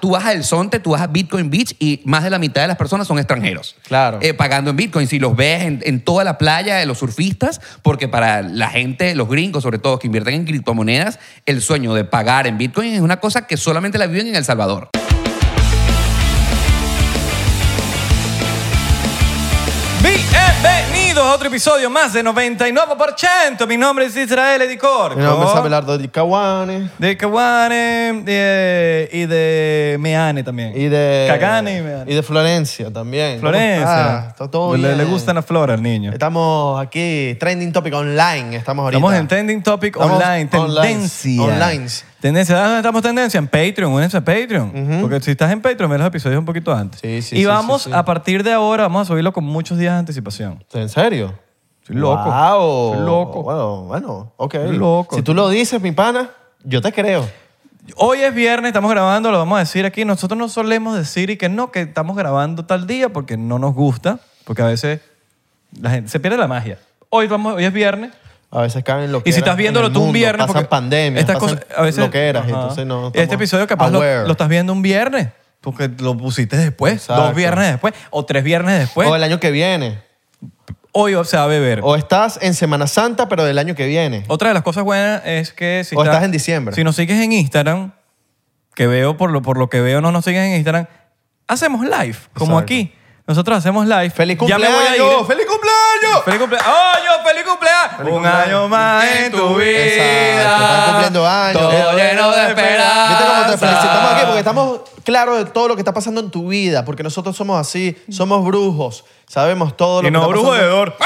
tú vas a El Sonte, tú vas a Bitcoin Beach y más de la mitad de las personas son extranjeros. Claro. Eh, pagando en Bitcoin. Si los ves en, en toda la playa de los surfistas, porque para la gente, los gringos sobre todo, que invierten en criptomonedas, el sueño de pagar en Bitcoin es una cosa que solamente la viven en El Salvador. Bienvenidos a otro episodio más de 99%. Mi nombre es Israel Edicor. Mi nombre es Abelardo de Caguane. De Caguane de- y de Meane también. Y de. Cagane y Meane. Y de Florencia también. ¿Cómo Florencia. Ah, está? Está todo le, bien. le gustan las flores al niño. Estamos aquí, trending topic online. Estamos ahorita. Estamos en Trending Topic Estamos Online, online, Tendencia. online. Tendencia. ¿Sabes dónde estamos tendencia? En Patreon, únense a Patreon. Porque si estás en Patreon, ves los episodios un poquito antes. Sí, sí, y sí, vamos, sí, sí. a partir de ahora, vamos a subirlo con muchos días de anticipación. ¿En serio? Soy loco. Wow. Soy loco. Bueno, bueno, ok. Soy loco. Si tú lo dices, mi pana, yo te creo. Hoy es viernes, estamos grabando, lo vamos a decir aquí. Nosotros no solemos decir y que no, que estamos grabando tal día porque no nos gusta, porque a veces la gente se pierde la magia. Hoy, vamos, hoy es viernes. A veces caen lo que Y si estás viéndolo tú un viernes. Pasan porque pandemias, estas pasan cosas- a veces- loqueras, y ajá. entonces no. Este estamos episodio capaz lo, aware. lo estás viendo un viernes, porque lo pusiste después, Exacto. dos viernes después, o tres viernes después. O el año que viene. Hoy se va a beber. O estás en Semana Santa, pero del año que viene. Otra de las cosas buenas es que si O estás en diciembre. Si nos sigues en Instagram, que veo por lo, por lo que veo no nos sigues en Instagram, hacemos live, como Exacto. aquí. Nosotros hacemos live. ¡Feliz Ya me cumpleaños! voy a ir. ¡Feliz cumpleaños! ¡Feliz cumpleaños! ¡Oño, feliz cumpleaños! Feliz Un cumpleaños. año más en tu vida. Exacto, están cumpliendo años. Todo lleno de ¿Viste cómo esperanza. te felicitamos aquí? Porque estamos claros de todo lo que está pasando en tu vida, porque nosotros somos así, somos brujos, sabemos todo lo que Y no está brujo de pasando. dor.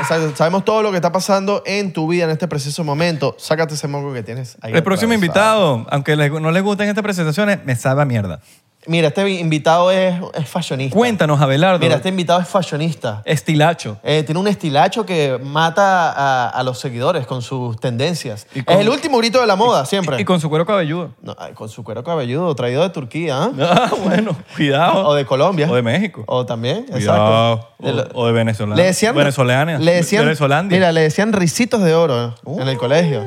Exacto, sabemos todo lo que está pasando en tu vida en este preciso momento. Sácate ese moco que tienes ahí. El próximo atravesado. invitado, aunque le- no les gusten estas presentaciones, me sabe a mierda. Mira, este invitado es, es fashionista. Cuéntanos, Abelardo. Mira, este invitado es fashionista. Estilacho. Eh, tiene un estilacho que mata a, a los seguidores con sus tendencias. Y con- es el último grito de la moda, siempre. Y con su cuero cabelludo. No, ay, con su cuero cabelludo, traído de Turquía, ¿ah? Ah, bueno, cuidado. O de Colombia. O de México. O también, Cuidado. exacto. O- o de Venezolana. Le decían, Venezolana. Uh. Le decían, Venezolandia. Mira, le decían risitos de oro ¿eh? en el colegio.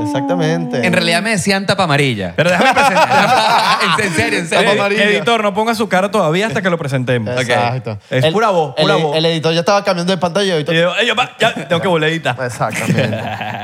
Exactamente. En realidad me decían tapa amarilla. Pero déjame presentar. en serio, en Edi- serio. amarilla. Editor, no ponga su cara todavía hasta que lo presentemos. Exacto. Ok. Es El- pura voz, pura el, voz. El editor ya estaba cambiando de pantalla y ahorita- Y yo, "Ey, yo, pa, ya, tengo que volver a editar. Exactamente.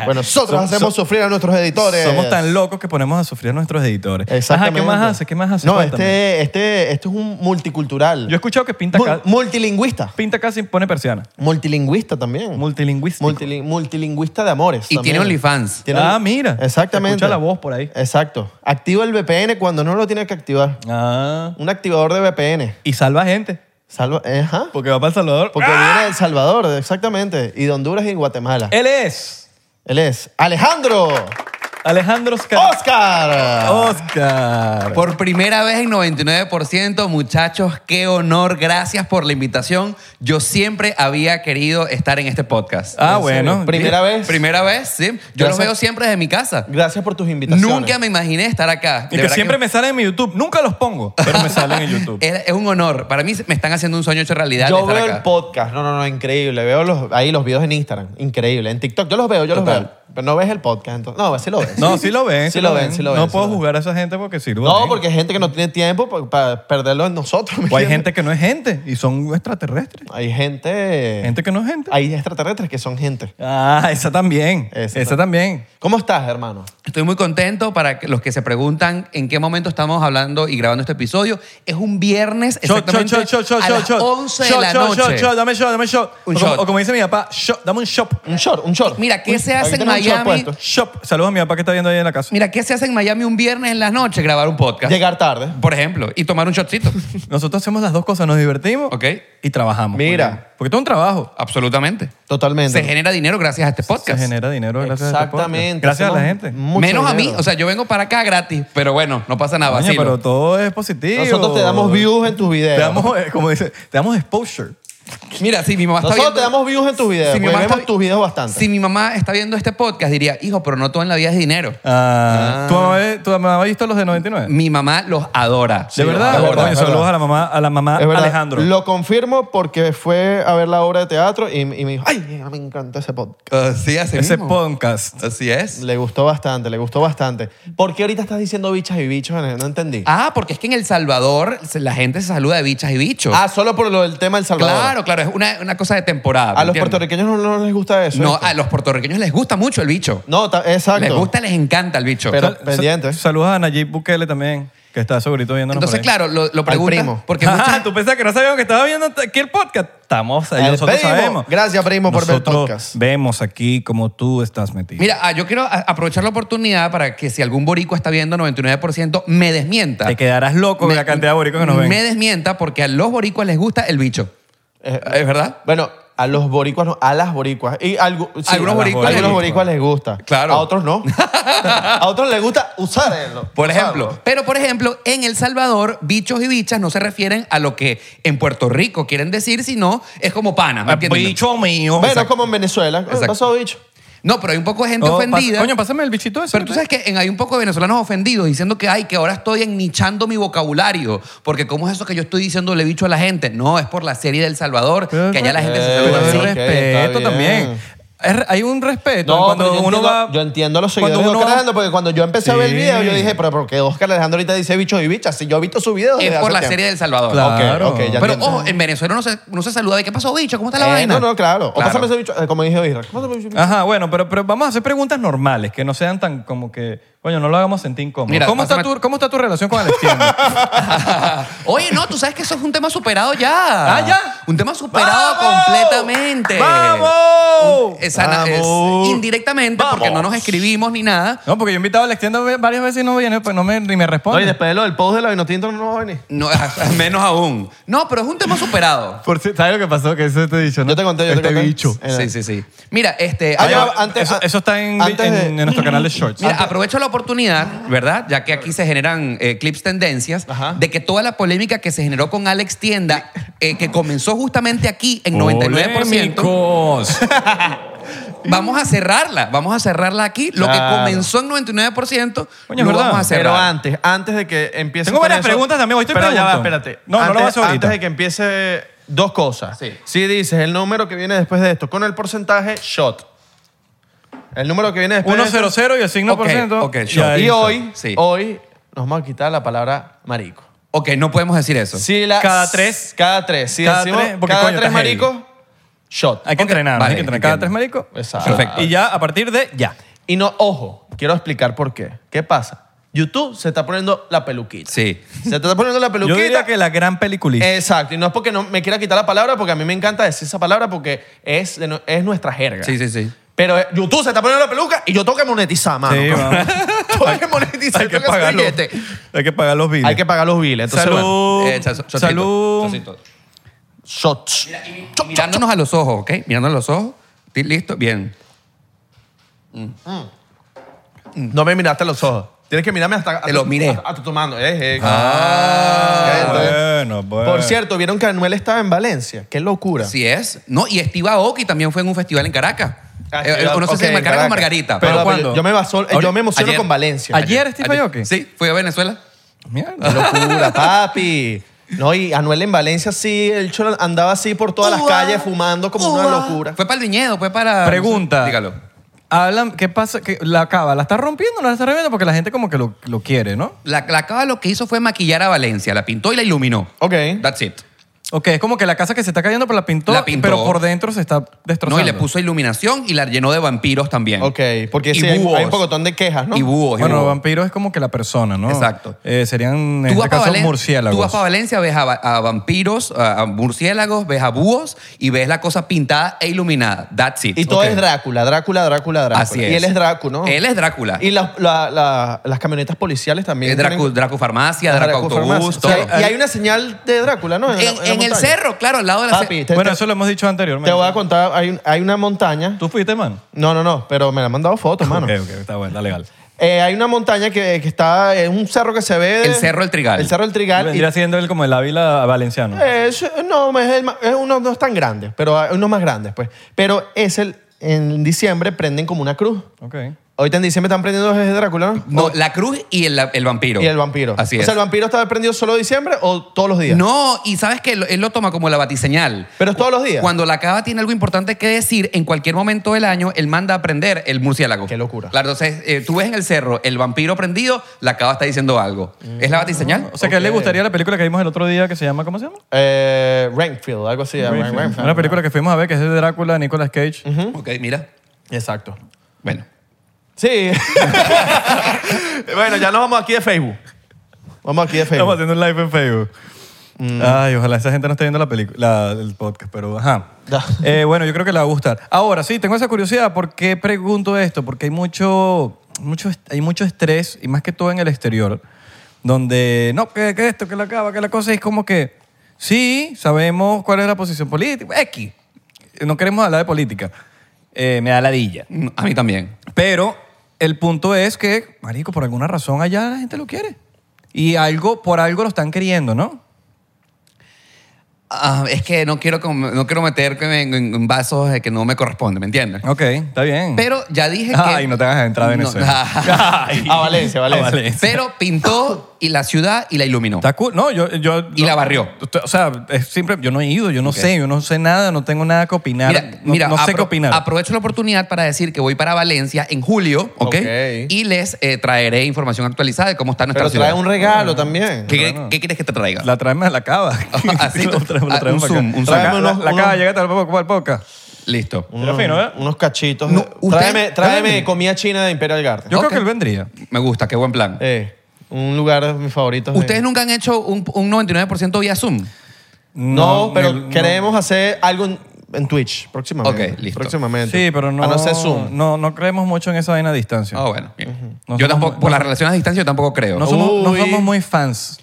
bueno, nosotros Som- hacemos sufrir a nuestros editores. Somos tan locos que ponemos a sufrir a nuestros editores. Ajá, Exactamente. ¿qué más hace? ¿Qué más hace? No, Cuéntame. este, este, este es un multicultural. Yo he escuchado que pinta, Mul- ca- multilingüista. pinta casi pone persiana. Multilingüista también. Multilingüístico. Multili- multilingüista de amores. Y tiene OnlyFans. Ah, mira. Exactamente. Se escucha la voz por ahí. Exacto. Activa el VPN cuando no lo tiene que activar. Ah. Un activador de VPN. Y salva gente. Salva, eh, ajá. Porque va para El Salvador. Porque viene de El Salvador, exactamente. Y de Honduras y Guatemala. Él es Él es Alejandro Alejandro Oscar. Oscar. Oscar. Por primera vez en 99%, muchachos, qué honor. Gracias por la invitación. Yo siempre había querido estar en este podcast. Ah, ¿En serio? bueno. Primera vez. Primera vez, sí. Yo los Gracias. veo siempre desde mi casa. Gracias por tus invitaciones. Nunca me imaginé estar acá. Y De que verdad siempre me salen en mi YouTube. Nunca los pongo, pero me salen en Eh, YouTube. Es, es un honor. Para mí me están haciendo un sueño hecho realidad. de Yo estar veo acá. el podcast. No, no, no, increíble. Veo los, ahí los videos en Instagram. Increíble. En TikTok yo los veo, yo Total. los veo. Pero no ves el podcast. Entonces. No, sí lo ves. No, sí lo ven. Sí lo ven, sí lo ven. No sí puedo lo ven. juzgar a esa gente porque sí lo No, ven. porque hay gente que no tiene tiempo pa- para perderlo en nosotros. ¿me O hay entiendes? gente que no es gente y son extraterrestres. Hay gente... Gente que no es gente. Hay extraterrestres que son gente. Ah, esa también. Esa Esa, también. ¿Cómo estás, hermano? Estoy muy contento para que- los que se preguntan en qué momento estamos hablando y grabando este episodio. Es un viernes exactamente a las 11 de Shot, la shot, noche. shot, shot, dame shot, dame shot. Un o, como- shot. o como dice mi papá, shot, dame un shot. Un short, un short. Mira, ¿qué Uy, se hace ahí en tengo un short Miami? puesto. Shop. Saludos a mi papá que está viendo ahí en la casa. Mira, ¿qué se hace en Miami un viernes en la noche? Grabar un podcast. Llegar tarde. Por ejemplo, y tomar un shotcito. Nosotros hacemos las dos cosas, nos divertimos Ok. y trabajamos. Mira. Porque todo es un trabajo. Absolutamente. Totalmente. Se genera dinero gracias a este Pues, Se podcast. genera dinero gracias a este podcast. Exactamente. Gracias a la Hacemos gente. mucho Menos a mí. dinero. O sea, yo vengo para acá gratis, pero bueno, no pasa nada. Coño, vacilo. pero todo es positivo. Nosotros te damos views en tus Te videos. damos, eh, como dice, te damos exposure. Mira, si mi mamá está viendo... Nosotros te damos views en tus videos, mi porque mamá está vemos tus videos bastante. Si mi mamá está viendo este podcast, diría, hijo, pero no todo en la vida es dinero. Ah, ¿Tu, mamá, ve- ¿Tu mamá ha visto los de 99? Mi mamá los adora. ¿De verdad? es verdad, Coño, es saludos verdad. a la mamá, a la mamá Es verdad. Ah, Alejandro. Lo confirmo porque fue a ver la obra de teatro y, y me dijo, ay, me encantó ese podcast. Ah, sí, así Ese mismo. podcast. Así es. Le gustó bastante, le gustó bastante. ¿Por qué ahorita estás diciendo bichas y bichos? No entendí. Ah, Ah, porque es que en El Salvador se- la gente se saluda de bichas y bichos. solo por lo del tema del Ah, Salvador. claro, claro, es una, una cosa de temporada. ¿me A los entiendes? puertorriqueños no, no les gusta eso. No, ¿viste? a los puertorriqueños les gusta mucho el bicho. No, ta- exacto. Les gusta, les encanta el bicho. Pero- Sal- pendiente. sal- Saludos a Nayib Bukele también, que está segurito viéndonos Entonces, por ahí. claro, lo, lo preguntan primo. Ah, Porque Ajá, mucha- tú pensabas que no sabíamos que estaba viendo aquí el podcast. Estamos ahí, El nosotros primo. sabemos. Gracias, primo, por ver el Nosotros podcast. vemos aquí como tú estás metido. Mira, ah, yo quiero a- aprovechar la oportunidad para que si algún borico está viendo 99%, me desmienta. Te quedarás loco con Me- la cantidad de boricos que nos ven. Me desmienta porque a los boricuas les gusta el bicho. Eh, ¿Es verdad? Bueno, a los boricuas no, a las boricuas. Y algo, sí, Algunos a las boricuas algunos les- boricuas les gusta. Claro. A otros no. a otros les gusta usarlo. Por usarlo. ejemplo. Pero, por ejemplo, en El Salvador, bichos y bichas no se refieren a lo que en Puerto Rico quieren decir, sino es como pana. ¿me entiendes? Ah, Bicho mío. Bueno, como en Venezuela. ¿Qué Exacto. pasó, bicho? No, pero hay un poco de gente Oh, pas- ofendida. coño, pásame el bichito ese. Pero tú sabes que en- hay un poco de venezolanos ofendidos diciendo que, ay, que ahora estoy ennichando mi vocabulario. Porque, ¿cómo es eso que yo estoy diciéndole bicho a la gente? No, es por la serie del Salvador, que allá la gente se Eh, Pero saluda hay así. un Ok, respeto está bien. también. Es re- Hay un respeto No, cuando pero yo uno entiendo, va. Yo entiendo a los cuando seguidores de uno Oscar va- Alejandro, porque cuando yo empecé a ver el Sí. video, yo dije, pero ¿por qué Oscar Alejandro ahorita dice bichos y bichas? Si yo he visto su video. Es por la serie del Salvador. Claro. Claro. Ok, ok, ya Pero, entiendo. ojo, en Venezuela no se, no se saluda de qué pasó, bicho, ¿cómo está la Eh, vaina? No, no, claro. O Claro. pásame ese bicho, eh, como dije Isra. Pásame ese bicho. Ajá, bueno, pero, pero vamos a hacer preguntas normales, que no sean tan como que. Coño, no lo hagamos sentir incómodo. Mira, ¿Cómo, está pásame- tu, ¿Cómo está tu relación con Alexander? Oye, no, tú sabes que eso es un tema superado ya. Ah, ya. Un tema superado ¡Vamos! completamente. ¡Vamos! Esa- ¡Vamos! es- indirectamente, porque no nos escribimos ni nada. No, porque yo he invitado a Alexander varias veces y no viene, pues no me, ni me responde. Oye, después de lo del post de la Vinotinto no va a venir. No, menos aún. No, pero es un tema superado. Por si- ¿Sabes lo que pasó? Que eso te he dicho, ¿no? Yo te conté, yo te Este conté. bicho. Eh, Sí, sí, sí. Mira, este. Ah, ya ahora- va, antes- eso, ah, eso está en, antes en- de- en nuestro canal de Shorts. Mira, aprovecho la oportunidad, ¿verdad? Ya que aquí se generan eh, clips tendencias, Ajá. de que toda la polémica que se generó con Alex Tienda, eh, que comenzó justamente aquí en 99%, Polémicos. vamos a cerrarla. Vamos a cerrarla aquí. Lo Claro. que comenzó en 99%, Coño, es lo verdad. vamos a cerrar. Pero antes, antes de que empiece. Tengo con varias eso- preguntas también, hoy te Pero ya va, pregunto. espérate. No, no lo Antes- vas ahorita. Antes de que empiece, dos cosas. Sí. Si dices el número que viene después de esto, con el porcentaje, shot. El número que viene después. de esto- 100 y el signo Ok, por ciento. ok, Shorts. ahí Y está. hoy, Sí. hoy, nos vamos a quitar la palabra marico. Ok, no podemos decir eso. Si la- Cada tres. Cada tres. Si Cada decimos tres, porque cada coño, tres está heavy. maricos, shot. Hay que Ok, entrenar, vale, hay que entrenar. Cada entiendo. tres maricos. Exacto. Perfecto. Y ya a partir de ya. Y no, ojo, quiero explicar por qué. ¿Qué pasa? YouTube se está poniendo la peluquita. Sí. Se está poniendo la peluquita. Yo diría que la gran peliculista. Eh, Exacto, y no es porque no me quiera quitar la palabra, porque a mí me encanta decir esa palabra porque es, de nu- es nuestra jerga. Sí, sí, sí. Pero eh, YouTube se está poniendo la peluca y yo tengo que monetizar, mano. Sí, vamos. tengo que monetizar, hay que tengo hacer pagar los, billete. hay que pagar los biles. Hay que pagar los biles. Entonces, bueno, Salud. Eh, cha- chocito, Salud. chocito. shots. Mirándonos a los ojos, ¿ok? Mirándonos a los ojos. Ti- ¿Listo? Bien. No me miraste a los ojos. Tienes que mirarme hasta... Te lo miré. A tu tomando. Eh, eh. Ah, Ok, entonces- eh. bueno, bueno. Por cierto, vieron que Anuel estaba en Valencia. Qué locura. Así es. No, y Steve Aoki también fue en un festival en Caracas. Ah, Eh, eh, no sé ok, si en Caracas o Margarita. Pero, pero Pero ¿cuándo? yo me, baso- eh, yo me emociono Ayer. con Valencia. ¿Ayer Steve Ayer- Aoki? Sí, fui a Venezuela. Qué Mierda. locura, papi. No, y Anuel en Valencia sí, el cholo andaba así por todas las Uva, calles fumando como una uva. locura. Fue para el viñedo, fue para. Pregunta. dígalo. Hablan, ¿qué pasa? ¿Qué- ¿La cava la está rompiendo o no la está rompiendo? Porque la gente como que lo, lo quiere, ¿no? La, la cava lo que hizo fue maquillar a Valencia. La pintó y la iluminó. Ok. That's it. Ok, es como que la casa que se está cayendo, pero la pintó, La pintó. pero por dentro se está No, destrozando. y le puso iluminación y la llenó de vampiros también. Ok, porque Y sí, hay, búhos. hay un pocotón de quejas, ¿no? Y búhos. y Bueno, búhos. vampiro es como que la persona, ¿no? Exacto. Eh, serían, en Tú este vas, para caso, Valen- murciélagos. tú vas para Valencia, ves a, va- a vampiros, a, a murciélagos, ves a búhos y ves la cosa pintada e iluminada. That's it. Y todo Ok. es Drácula, Drácula, Drácula, Drácula. Así es. Y él es Drácula, ¿no? Él es Drácula. Y las- la- la- las camionetas policiales también. Es Dracu, tienen- Dracu Farmacia, las Dracu Drácula Autobús, farmacias. todo. O sea, y hay una señal de Drácula, ¿no? la- en, en la el montaña. cerro, claro, al lado de la Papi, te, Bueno, te- eso lo hemos dicho anteriormente. te voy a contar, hay, un- hay una montaña. Tú fuiste, man. No, no, no, pero me la han mandado fotos, mano. Ok, ok, está bueno, está legal. Eh, hay una montaña que, que está, es un cerro que se ve. de- El Cerro del Trigal. El Cerro del Trigal. y- Eh. Vendría siendo él como el Ávila valenciano. Es- no, es, el ma- es uno no es tan grande, pero hay unos más grandes, pues. Pero es el, en diciembre prenden como una cruz. Ok. Ahorita en diciembre están prendiendo desde Drácula, ¿no? No, la cruz y el, el vampiro. Y el vampiro. Así es. O sea, el vampiro está prendido solo diciembre o todos los días. No, y sabes que él, él lo toma como la batiseñal. Pero es todos los días. Cuando la cava tiene algo importante que decir, en cualquier momento del año, él manda a prender el murciélago. Qué locura. Claro, entonces eh, tú ves en el cerro el vampiro prendido, la cava está diciendo algo. ¿Es la batiseñal? O sea, que a él le Ok. gustaría la película que vimos el otro día que se llama, ¿cómo se llama? Eh, Renfield, algo así. Ren- Renfield. Una película que fuimos a ver que es de Drácula, Nicolas Cage. Mm. Ok, mira. Exacto. Bueno. Sí. bueno, ya nos vamos aquí de Facebook. Vamos aquí de Estamos Facebook. Mm. haciendo un live en Facebook. Ay, ojalá esa gente no esté viendo la película, el podcast, pero ajá. Da. Eh, bueno, yo creo que le va a gustar. Ahora, sí, tengo esa curiosidad. ¿Por qué pregunto esto? Porque hay mucho, mucho, est- hay mucho estrés, y más que todo en el exterior, donde, no, que, que esto, que la acaba, que la cosa, y es como que, sí, sabemos cuál es la posición política, X. No queremos hablar de política. Eh, me da ladilla. Mm, A mí también. Pero el punto es que, marico, por alguna razón allá la gente lo quiere. Y algo, por algo lo están queriendo, ¿no? Ah, es que no quiero, com- no quiero meterme en, en- en vasos de que no me corresponden, ¿me entiendes? Ok, está bien. Pero ya dije que... Ay, no te hagas entrar a No, este. Venezuela. Ay. A Ah, Valencia, Valencia. A Ah, Valencia. Pero pintó y la ciudad y la iluminó. Está cool. No, yo, yo Y no. la barrió. O sea, es simple, yo no he ido, yo no sé, yo no sé nada, no tengo nada que opinar. no, no sé qué apro- opinar. Aprovecho la oportunidad para decir que voy para Valencia en julio, ¿ok? Ok. Y les eh, traeré información actualizada de cómo está nuestra Pero trae ciudad. un regalo también. ¿Qué, qué quieres que te traiga? La traemos a la cava. Así, Lo traemos- lo ah, traemos un para acá. zoom, un La zoom. ca- La, la cava llega tal poco al podcast. Listo. Era fino, ¿eh? ¿verdad? ¿eh? Unos cachitos. No, usted- tráeme tráeme Dale. comida china de Imperial Garden. Yo Ok. creo que él vendría. Me gusta, qué buen plan. Eh, un lugar de mis favoritos. de- Ustedes nunca han hecho un, un 99% vía Zoom. No, pero ni- no. queremos hacer algo en, en Twitch próximamente. Ok, listo. Próximamente. Sí, pero no, A no ser Zoom. No, no creemos mucho en esa vaina a distancia. Ah, bueno. bien. No yo somos tampoco, muy- por no- las relaciones a distancia yo tampoco creo. No somos, no Uy. somos muy fans.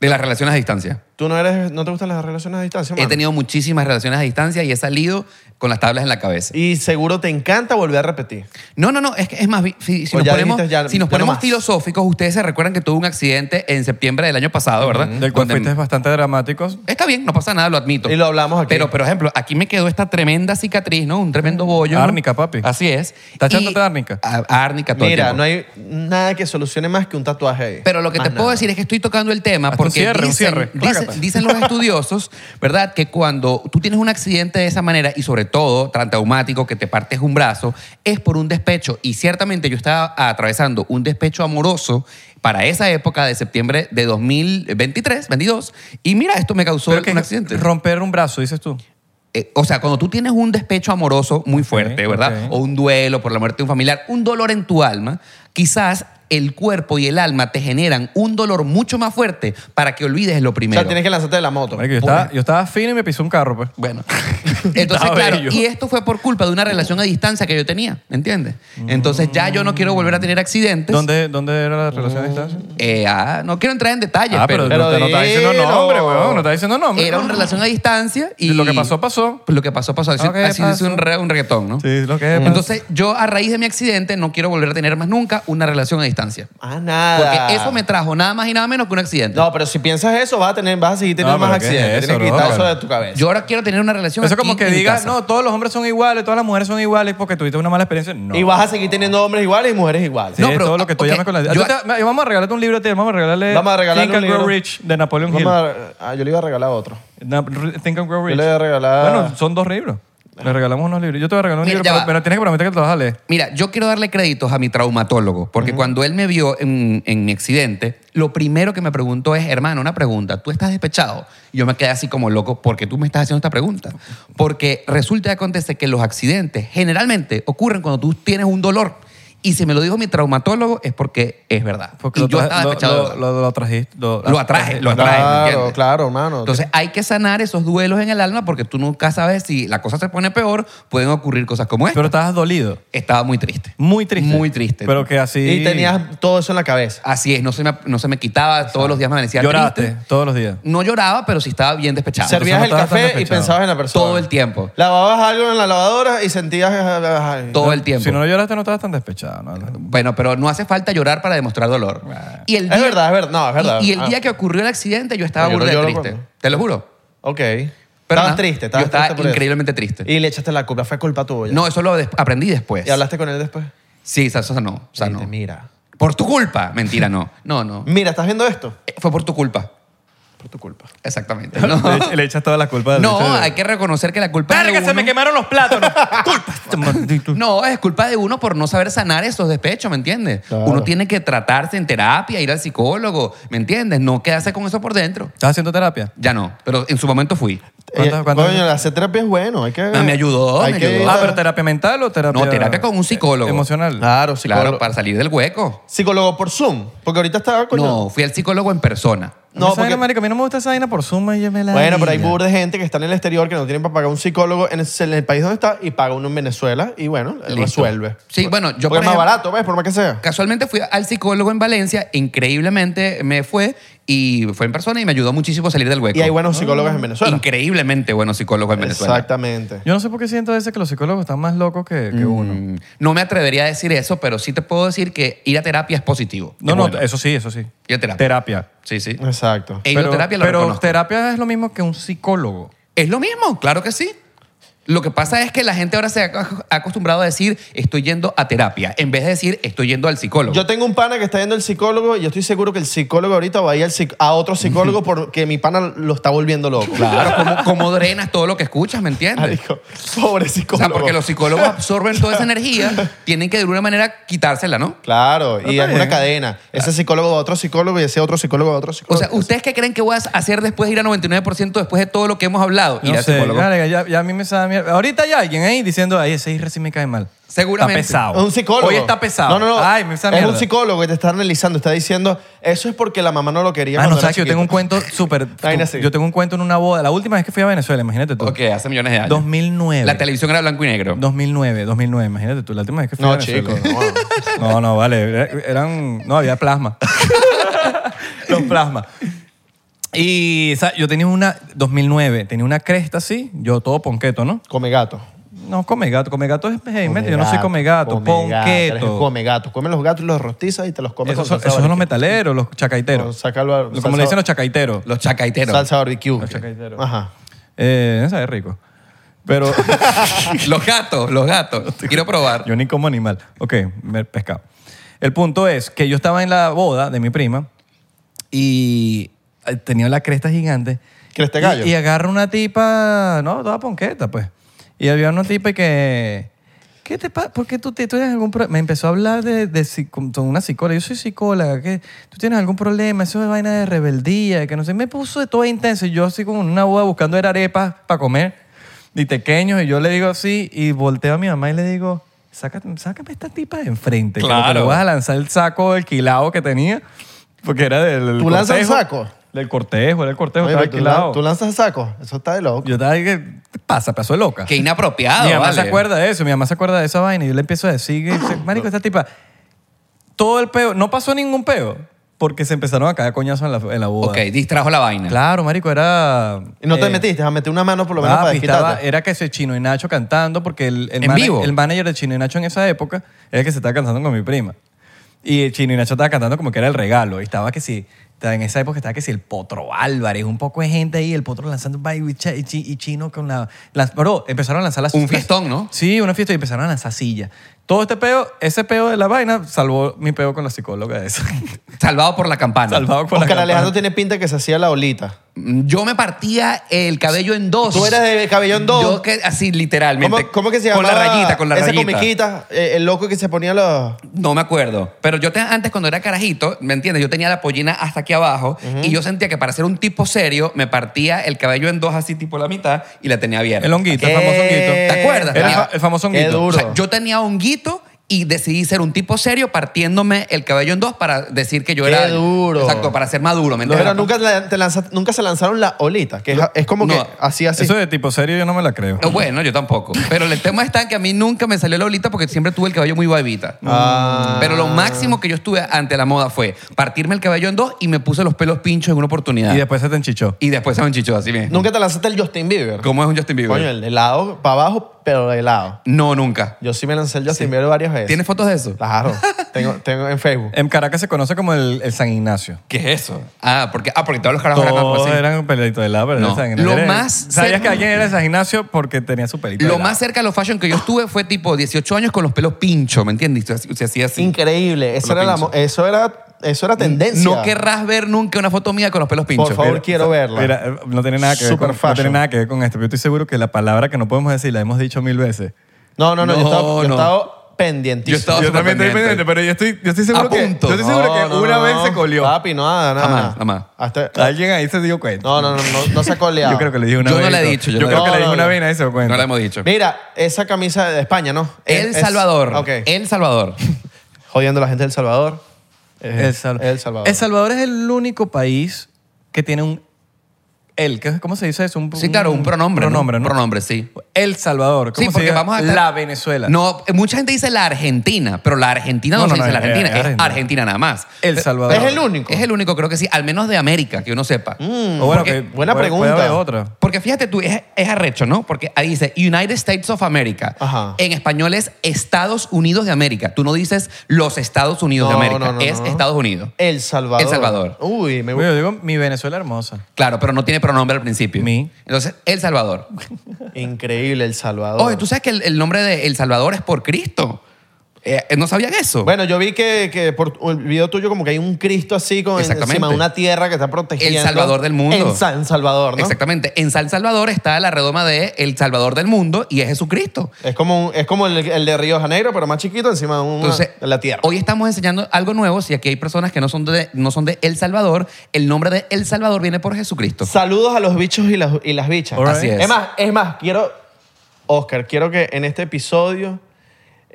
De las relaciones a distancia. ¿Tú no, eres, no te gustan las relaciones a distancia? He mano? tenido muchísimas relaciones a distancia y he salido con las tablas en la cabeza. Y seguro te encanta volver a repetir. No, no, no, es que es más, vi- si, si O nos Pues ya ponemos, dijiste, ya- si nos ya no ponemos más. filosóficos, ustedes se recuerdan que tuve un accidente en septiembre del año pasado, ¿verdad? Del cual Donde- fuiste bastante dramáticos. Está bien, no pasa nada, lo admito. Y lo hablamos aquí. Pero, por ejemplo, aquí me quedó esta tremenda cicatriz, ¿no? Un tremendo bollo. ¿no? Árnica, papi. Así es. ¿Estás Y- echándote árnica? A- árnica todo el Mira, tiempo. no hay nada que solucione más que un tatuaje ahí. Pero lo que te Más puedo nada. decir es que estoy tocando el tema Hasta un porque cierre, un dicen, cierre. dicen- Plácata. dicen los estudiosos, ¿verdad? Que cuando tú tienes un accidente de esa manera y sobre todo tan traumático que te partes un brazo, es por un despecho. Y ciertamente yo estaba atravesando un despecho amoroso para esa época de septiembre de 2023, 22. Y mira, esto me causó Pero un que accidente. Romper un brazo, dices tú. Eh, o sea, cuando tú tienes un despecho amoroso muy fuerte, ¿verdad? ok. O un duelo por la muerte de un familiar, un dolor en tu alma, quizás el cuerpo y el alma te generan un dolor mucho más fuerte para que olvides lo O primero. sea, tienes que lanzarte de la moto. Marico, yo, estaba, yo estaba fino y me pisó un carro, pues. Bueno, entonces Está claro, bello. y esto fue por culpa de una relación a distancia que yo tenía, ¿entiendes? Entonces ya yo no quiero volver a tener accidentes. ¿Dónde, ¿Dónde era la relación a distancia? Eh, ah, no quiero entrar en detalles, Ah, pero, pero, pero no, te, no está diciendo dilo. nombre, weón. No está diciendo nombre. era una relación a distancia y, Y lo que pasó, pasó. Lo que pasó pasó. Así, Ok, así es pasó. un, re- un reggaetón, ¿no? Sí, lo que es. pues. Entonces, yo a raíz de mi accidente no quiero volver a tener más nunca una relación a distancia. Ah, nada. Porque eso me trajo nada más y nada menos que un accidente. No, pero si piensas eso, vas a, tener, vas a seguir teniendo No, más pero ¿qué es accidentes. eso, tienes que quitar bro? eso de tu cabeza. Yo ahora quiero tener una relación eso aquí como que en mi digas, casa. no, todos los hombres son iguales, todas las mujeres son iguales porque tuviste una mala experiencia. No. Y vas a seguir teniendo hombres iguales y mujeres iguales. Sí, No, pero- todo lo que tú ok, llamas con la... yo- Tú te- vamos a regalarte un libro, a ti, vamos a regalarle Vamos a regalarle Think and un libro. Grow Rich de Napoleon Hill. Vamos a- ah, yo le iba a regalar otro. Na- re- Think and Grow Rich. le voy a regalar- Bueno, son dos libros. Le regalamos unos libros. Yo te voy a regalar un Mira, libro, ya pero, va. pero tienes que prometer que te lo vas a leer. Mira, yo quiero darle créditos a mi traumatólogo, porque cuando él me vio en, en mi accidente, lo primero que me preguntó es, hermano, una pregunta, ¿tú estás despechado? Y yo me quedé así como loco, ¿por qué tú me estás haciendo esta pregunta? Porque resulta y acontece que los accidentes generalmente ocurren cuando tú tienes un dolor. Y si me lo dijo mi traumatólogo es porque es verdad. Porque y lo yo traje- estaba lo- despechado. de Lo, verdad. lo, lo trajiste. Lo atraje, lo atraje. ¿me Claro, entiendes? claro, hermano. Entonces hay que sanar esos duelos en el alma porque tú nunca sabes si la cosa se pone peor, pueden ocurrir cosas como esta. Pero estabas dolido. Estaba muy triste. Muy triste. Muy triste. Pero que así... Y tenías todo eso en la cabeza. Así es, no se me, no se me quitaba, todos los días me amanecía Lloraste triste. todos los días. No lloraba, pero sí estaba bien despechado. Servir Servías no el estabas tan café y despechado. pensabas en la persona. Todo el tiempo. Lavabas algo en la lavadora y sentías... eh, ay, Todo el tiempo. Si no lloraste, no estabas tan despechado. No, no, no. Bueno, pero no hace falta llorar para demostrar dolor. Bueno. Y el Ah. Es verdad, es verdad. No, es verdad. Y, y el Ah. día que ocurrió el accidente yo estaba No, yo no burda de lloro triste. cuando- Te lo juro. Ok. Pero estabas nada, triste, yo estabas estaba triste por eso. increíblemente triste. Y le echaste la culpa, fue culpa tuya. No, eso lo des- aprendí después. ¿Y hablaste con él después? Sí, o sea, no. O sea, no. Dijiste, Mira. Por tu culpa. Mentira, no. No, no. Mira, ¿estás viendo esto? Eh, Fue por tu culpa. Por tu culpa. Exactamente. No, Le, ech- le echas toda la culpa del No, hay que reconocer que la culpa es de ¡Verga, uno. se me quemaron los plátanos! Este ¡Culpa! No, es culpa de uno por no saber sanar esos despechos, ¿me entiendes? Claro. Uno tiene que tratarse en terapia, ir al psicólogo, ¿me entiendes? No quedarse con eso por dentro. ¿Estás haciendo terapia? Ya no, pero en su momento fui. ¿Cuántas- Eh, cuántas- Coño, hacer terapia es bueno. Hay que... No, me ayudó, hay me que- ayudó. Ah, pero terapia mental o terapia. No, terapia con un psicólogo. Ah. eh, Emocional. Claro, psicólogo. Claro, para salir del hueco. Psicólogo por Zoom. Porque ahorita estaba coño. No, fui al psicólogo en persona. No, No, porque... porque- marico, a mí no me gusta esa vaina por Zoom y yo me la Bueno, pero hay ladilla. burda de gente que está en el exterior que no tienen para pagar un psicólogo en el, en el país donde está y paga uno en Venezuela y bueno, Listo. resuelve. Sí, bueno, yo, Porque por es más ejemplo- barato, ¿ves? Por más que sea. Casualmente fui al psicólogo en Valencia, increíblemente me fue y fue en persona y me ayudó muchísimo a salir del hueco. Y hay buenos psicólogos en Venezuela. Increíblemente buenos psicólogos en Venezuela. Exactamente. Yo no sé por qué siento a veces que los psicólogos están más locos que, que uno. Mm, No me atrevería a decir eso, pero sí te puedo decir que ir a terapia es positivo. No, Es no, bueno. eso sí, eso sí. Ir a terapia. Terapia. Sí, sí. Exacto. E ir a terapia lo pero reconozco. terapia es lo mismo que un psicólogo. Es lo mismo, claro que sí. Lo que pasa es que la gente ahora se ha ac- ha acostumbrado a decir estoy yendo a terapia, en vez de decir estoy yendo al psicólogo. Yo tengo un pana que está yendo al psicólogo y yo estoy seguro que el psicólogo ahorita va a ir al psic- a otro psicólogo porque mi pana lo está volviendo loco. Claro, como, como drenas todo lo que escuchas, ¿me entiendes? Marico, pobre O sea, psicólogo. porque los psicólogos absorben toda esa energía, tienen que de alguna manera quitársela, ¿no? Claro, y está es una bien. cadena. Ese psicólogo va a otro psicólogo y ese otro psicólogo va a otro O psicólogo. sea, ¿ustedes qué creen que voy a hacer después de ir a 99% después de todo lo que hemos hablado? No ir al sé, psicólogo. verga, ya, ya a mí me sabe mierda. Ahorita hay alguien ahí diciendo, ay, ese irre sí me cae mal. Seguramente. Está pesado. Es un psicólogo. Hoy está No, pesado. no, no. Ay, me sabe es mierda. Ah, un psicólogo que te está analizando, está diciendo, eso es porque la mamá no lo quería. Ah, no, cuando era sabes que yo tengo un chiquito". cuento súper... Vaina así. Yo tengo un cuento en una boda. La última vez que fui a Venezuela, imagínate tú. Ok, hace millones de años. 2009. La televisión era blanco y negro. 2009, 2009, imagínate tú. La última vez que fui a No, Venezuela. chico. no. No, no, vale. Eh, Eran. No, había plasma. Los plasmas. Y o sea, yo tenía una. 2009, tenía una cresta así, yo todo ponqueto, ¿no? Come gato. No, come gato. Come gato es. hey, Come mete, yo no soy gato, come gato, come gato, eres un ponqueto. Come gato. Come los gatos y los rostizas y te los comes con Esos son, salsa esos son los barbecue. metaleros, los Con chacaiteros. saca lo- Como salsa- le dicen los chacaiteros. Los chacaiteros. Salsa barbecue. Los chacaiteros. Ajá. Eh, esa es rico. Pero. Los gatos, los gatos. Quiero probar. Yo ni como animal. Ok, me- pescado. El punto es que yo estaba en la boda de mi prima y eh, tenía la cresta gigante. Cresta Y- gallo. Y, agarra una tipa, no, toda ponqueta, pues. Y había una tipa que... ¿Qué te pasa? ¿Por qué tú, te- tú tienes algún problema? Me empezó a hablar de, de psi- con con una psicóloga. Yo soy psicóloga. ¿qué? ¿Tú tienes algún problema? Eso es vaina de rebeldía. que no sé. Me puso de todo intenso. Y yo así como en una boda buscando era arepas para comer. Y pequeños. Y yo le digo así. Y volteo a mi mamá y le digo, sácame, sácame esta tipa de enfrente. que lo que Claro. le voy a lanzar el saco alquilado que tenía. Porque era del ¿Tú lanzas el cortejo. saco? Del cortejo. Era el cortejo. Oye, pero estaba tú, alquilado. lan- tú lanzas saco. Eso está de loco. Yo estaba ahí que, ¿qué pasa? Pasó de loca. Qué inapropiado, Mi mamá vale. se acuerda de eso, mi mamá se acuerda de esa vaina y yo le empiezo a decir, que, dice, marico, esta tipa, todo el peo, no pasó ningún peo, porque se empezaron a caer coñazos en la, en la boda. Ok, distrajo la vaina. Claro, marico, era... Y no te eh, metiste, a meter una mano por lo menos papi, para estaba, eh, desquitarte. Ah, era que ese Chino y Nacho cantando, porque el, el, ¿En mana- vivo? el manager de Chino y Nacho en esa época era el que se estaba cantando con mi prima. Y el Chino y Nacho estaba cantando como que era el regalo. Y estaba que si, estaba en esa época estaba que si el Potro Álvarez, un poco de gente ahí, el Potro lanzando un baile y cha- y, chi- y Chino con la, las- Bro, empezaron a lanzar las Un fiestón, ¿no? Sí, una fiesta y empezaron a lanzar sillas. Todo este peo, ese peo de la vaina, salvó mi peo con la psicóloga esa. Salvado por la campana. Mm, Salvado por la Oscar campana. Alejandro tiene pinta que se hacía la olita. Yo me partía el cabello en dos. Tú eras de cabello en dos. Yo que así literalmente. ¿Cómo, cómo que se Con llamaba? la rayita, con la esa rayita. comiquita, eh, el loco que se ponía los... No me acuerdo. Pero yo te- antes, cuando era carajito, ¿me entiendes? Yo tenía la pollina hasta aquí abajo y yo sentía que para ser un tipo serio me partía el cabello en dos así tipo la mitad y la tenía abierta. El honguito, el famoso honguito. Eh, ¿Te acuerdas? El, Tenía- fa- el famoso Qué honguito. duro. O sea, yo tenía honguito y decidí ser un tipo serio partiéndome el cabello en dos para decir que yo Qué era... duro. Exacto, para ser maduro, ¿me entiendes? Pero nunca, la- te lanza- nunca se lanzaron la olita, que es, es como No. que así, así. Eso de tipo serio yo no me la creo. Eh, Bueno, yo tampoco. Pero el tema está en que a mí nunca me salió la olita porque siempre tuve el cabello muy babita. Ah. Pero lo máximo que yo estuve ante la moda fue partirme el cabello en dos y me puse los pelos pinchos en una oportunidad. Y después se te enchichó. Y después se me enchichó así mismo. Nunca te lanzaste el Justin Bieber. ¿Cómo es un Justin Bieber? Coño, el de lado para abajo, pero helado. No, nunca. Yo sí me lancé el Justin Bieber varias veces. ¿Tienes fotos de eso? Claro, tengo, tengo en Facebook. En Caracas se conoce como el, el San Ignacio. ¿Qué es eso? Ah, porque, ah, porque todos los carajos eran como Todos así. eran un pelito de lado, pero No. era San Ignacio. Lo Era- más Sabías cerca- que alguien era de San Ignacio porque tenía su pelito de Lo lado. más cerca de los fashion que yo estuve fue tipo 18 años con los pelos pincho, ¿me entiendes? Se hacía- Se hacía así. Increíble. Eso Lo era, la pincho. mo- eso, era, eso era tendencia. No querrás ver nunca una foto mía con los pelos pinchos. Por favor, quiero verla. Mira, eh, no tiene nada que ver Super con, no fashion. tiene nada que ver con esto. pero Yo estoy seguro que la palabra que no podemos decir la hemos dicho mil veces. No, no, no, yo No, estaba, yo no. estaba Yo pendientísimo. estaba- súper pendiente. pero yo estoy, yo estoy A punto. yo estoy seguro que No, no, una no, vez no. se colió. Papi, no, nada, nada. Jamás, nada. jamás. Hasta- Alguien ahí se dio cuenta. no, no, no, no, no se ha coleado. Yo creo que le dije una Yo vez. no la he y dicho, todo. yo Yo, no creo la- que le No, dije no, una no. vez y nadie se dio cuenta. No la hemos dicho. Mira, esa camisa de España, ¿no? El Es- Salvador. Ok. El Salvador. Jodiendo a la gente del Salvador. El Sal- El Salvador. El Salvador es el único país que tiene un el, ¿qué- ¿cómo se dice eso? Un- Sí, claro, un pronombre. ¿no? Pronombre, ¿no? Pronombre, sí. El Salvador. Sí, ¿Cómo se porque llama? vamos a estar- La Venezuela. No, mucha gente dice la Argentina, pero la Argentina no, No, no, se dice no, la es- Argentina, es es Argentina. Argentina. nada más. El Salvador. Es el único. Es el único, creo que sí, al menos de América, que uno sepa. O bueno, Porque- que buena puede- pregunta. Puede haber otra. Porque fíjate tú, es, es arrecho, ¿no? Porque ahí dice United States of America. Ajá. En español es Estados Unidos de América. Tú no dices los Estados Unidos No, de América, no, no, es no. Estados Unidos. El Salvador. El Salvador. Uy, me Oye, Yo digo mi Venezuela hermosa. Claro, pero no tiene pronombre al principio. Mi. Entonces, El Salvador. Increíble El Salvador. Oye, ¿tú sabes que el, el nombre de El Salvador es por Cristo? Eh, ¿No sabían eso? Bueno, yo vi que, que por el video tuyo como que hay un Cristo así con Exactamente. encima de una tierra que está protegiendo. El Salvador del mundo. En San Salvador, ¿no? Exactamente. En San Salvador está la redoma de El Salvador del mundo y es Jesucristo. Es como, un- es como el, el de Río de Janeiro, pero más chiquito encima de, una- Entonces, de la tierra. hoy estamos enseñando algo nuevo. Si aquí hay personas que no son de, no son de El Salvador, el nombre de El Salvador viene por Jesucristo. Saludos a los bichos y las, y las bichas. Alright. Así es. Es más, es más, quiero, Oscar, quiero que en este episodio,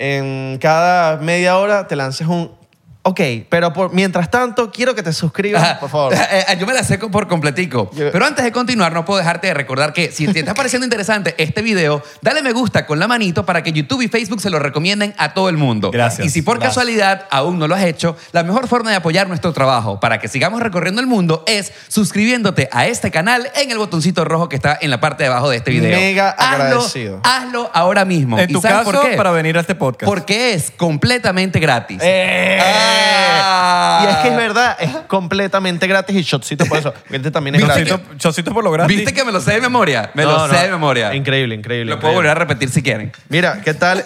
en cada media hora, te lances un... Ok, pero por, mientras tanto, quiero que te suscribas, Ajá. por favor. Eh, eh, Yo me la seco por completico. Yo- Pero antes de continuar, no puedo dejarte de recordar que si te está pareciendo interesante este video, dale me gusta con la manito para que YouTube y Facebook se lo recomienden a todo el mundo. Gracias. Y si por Gracias. casualidad aún no lo has hecho, la mejor forma de apoyar nuestro trabajo para que sigamos recorriendo el mundo es suscribiéndote a este canal en el botoncito rojo que está en la parte de abajo de este video. Mega Hazlo- agradecido. Hazlo ahora mismo. En ¿Y tu sabes caso, por qué? para venir a este podcast. Porque es completamente gratis. ¡Eh! Ah. Y es que es verdad, es completamente gratis y shotcito por eso. Este también es gratis. Chocito, chocito por lo gratis. eh, ¿Viste que me lo sé de memoria? Me No, lo sé no. de memoria. Increíble, increíble. Lo puedo volver increíble. a repetir si quieren. Mira, ¿qué tal?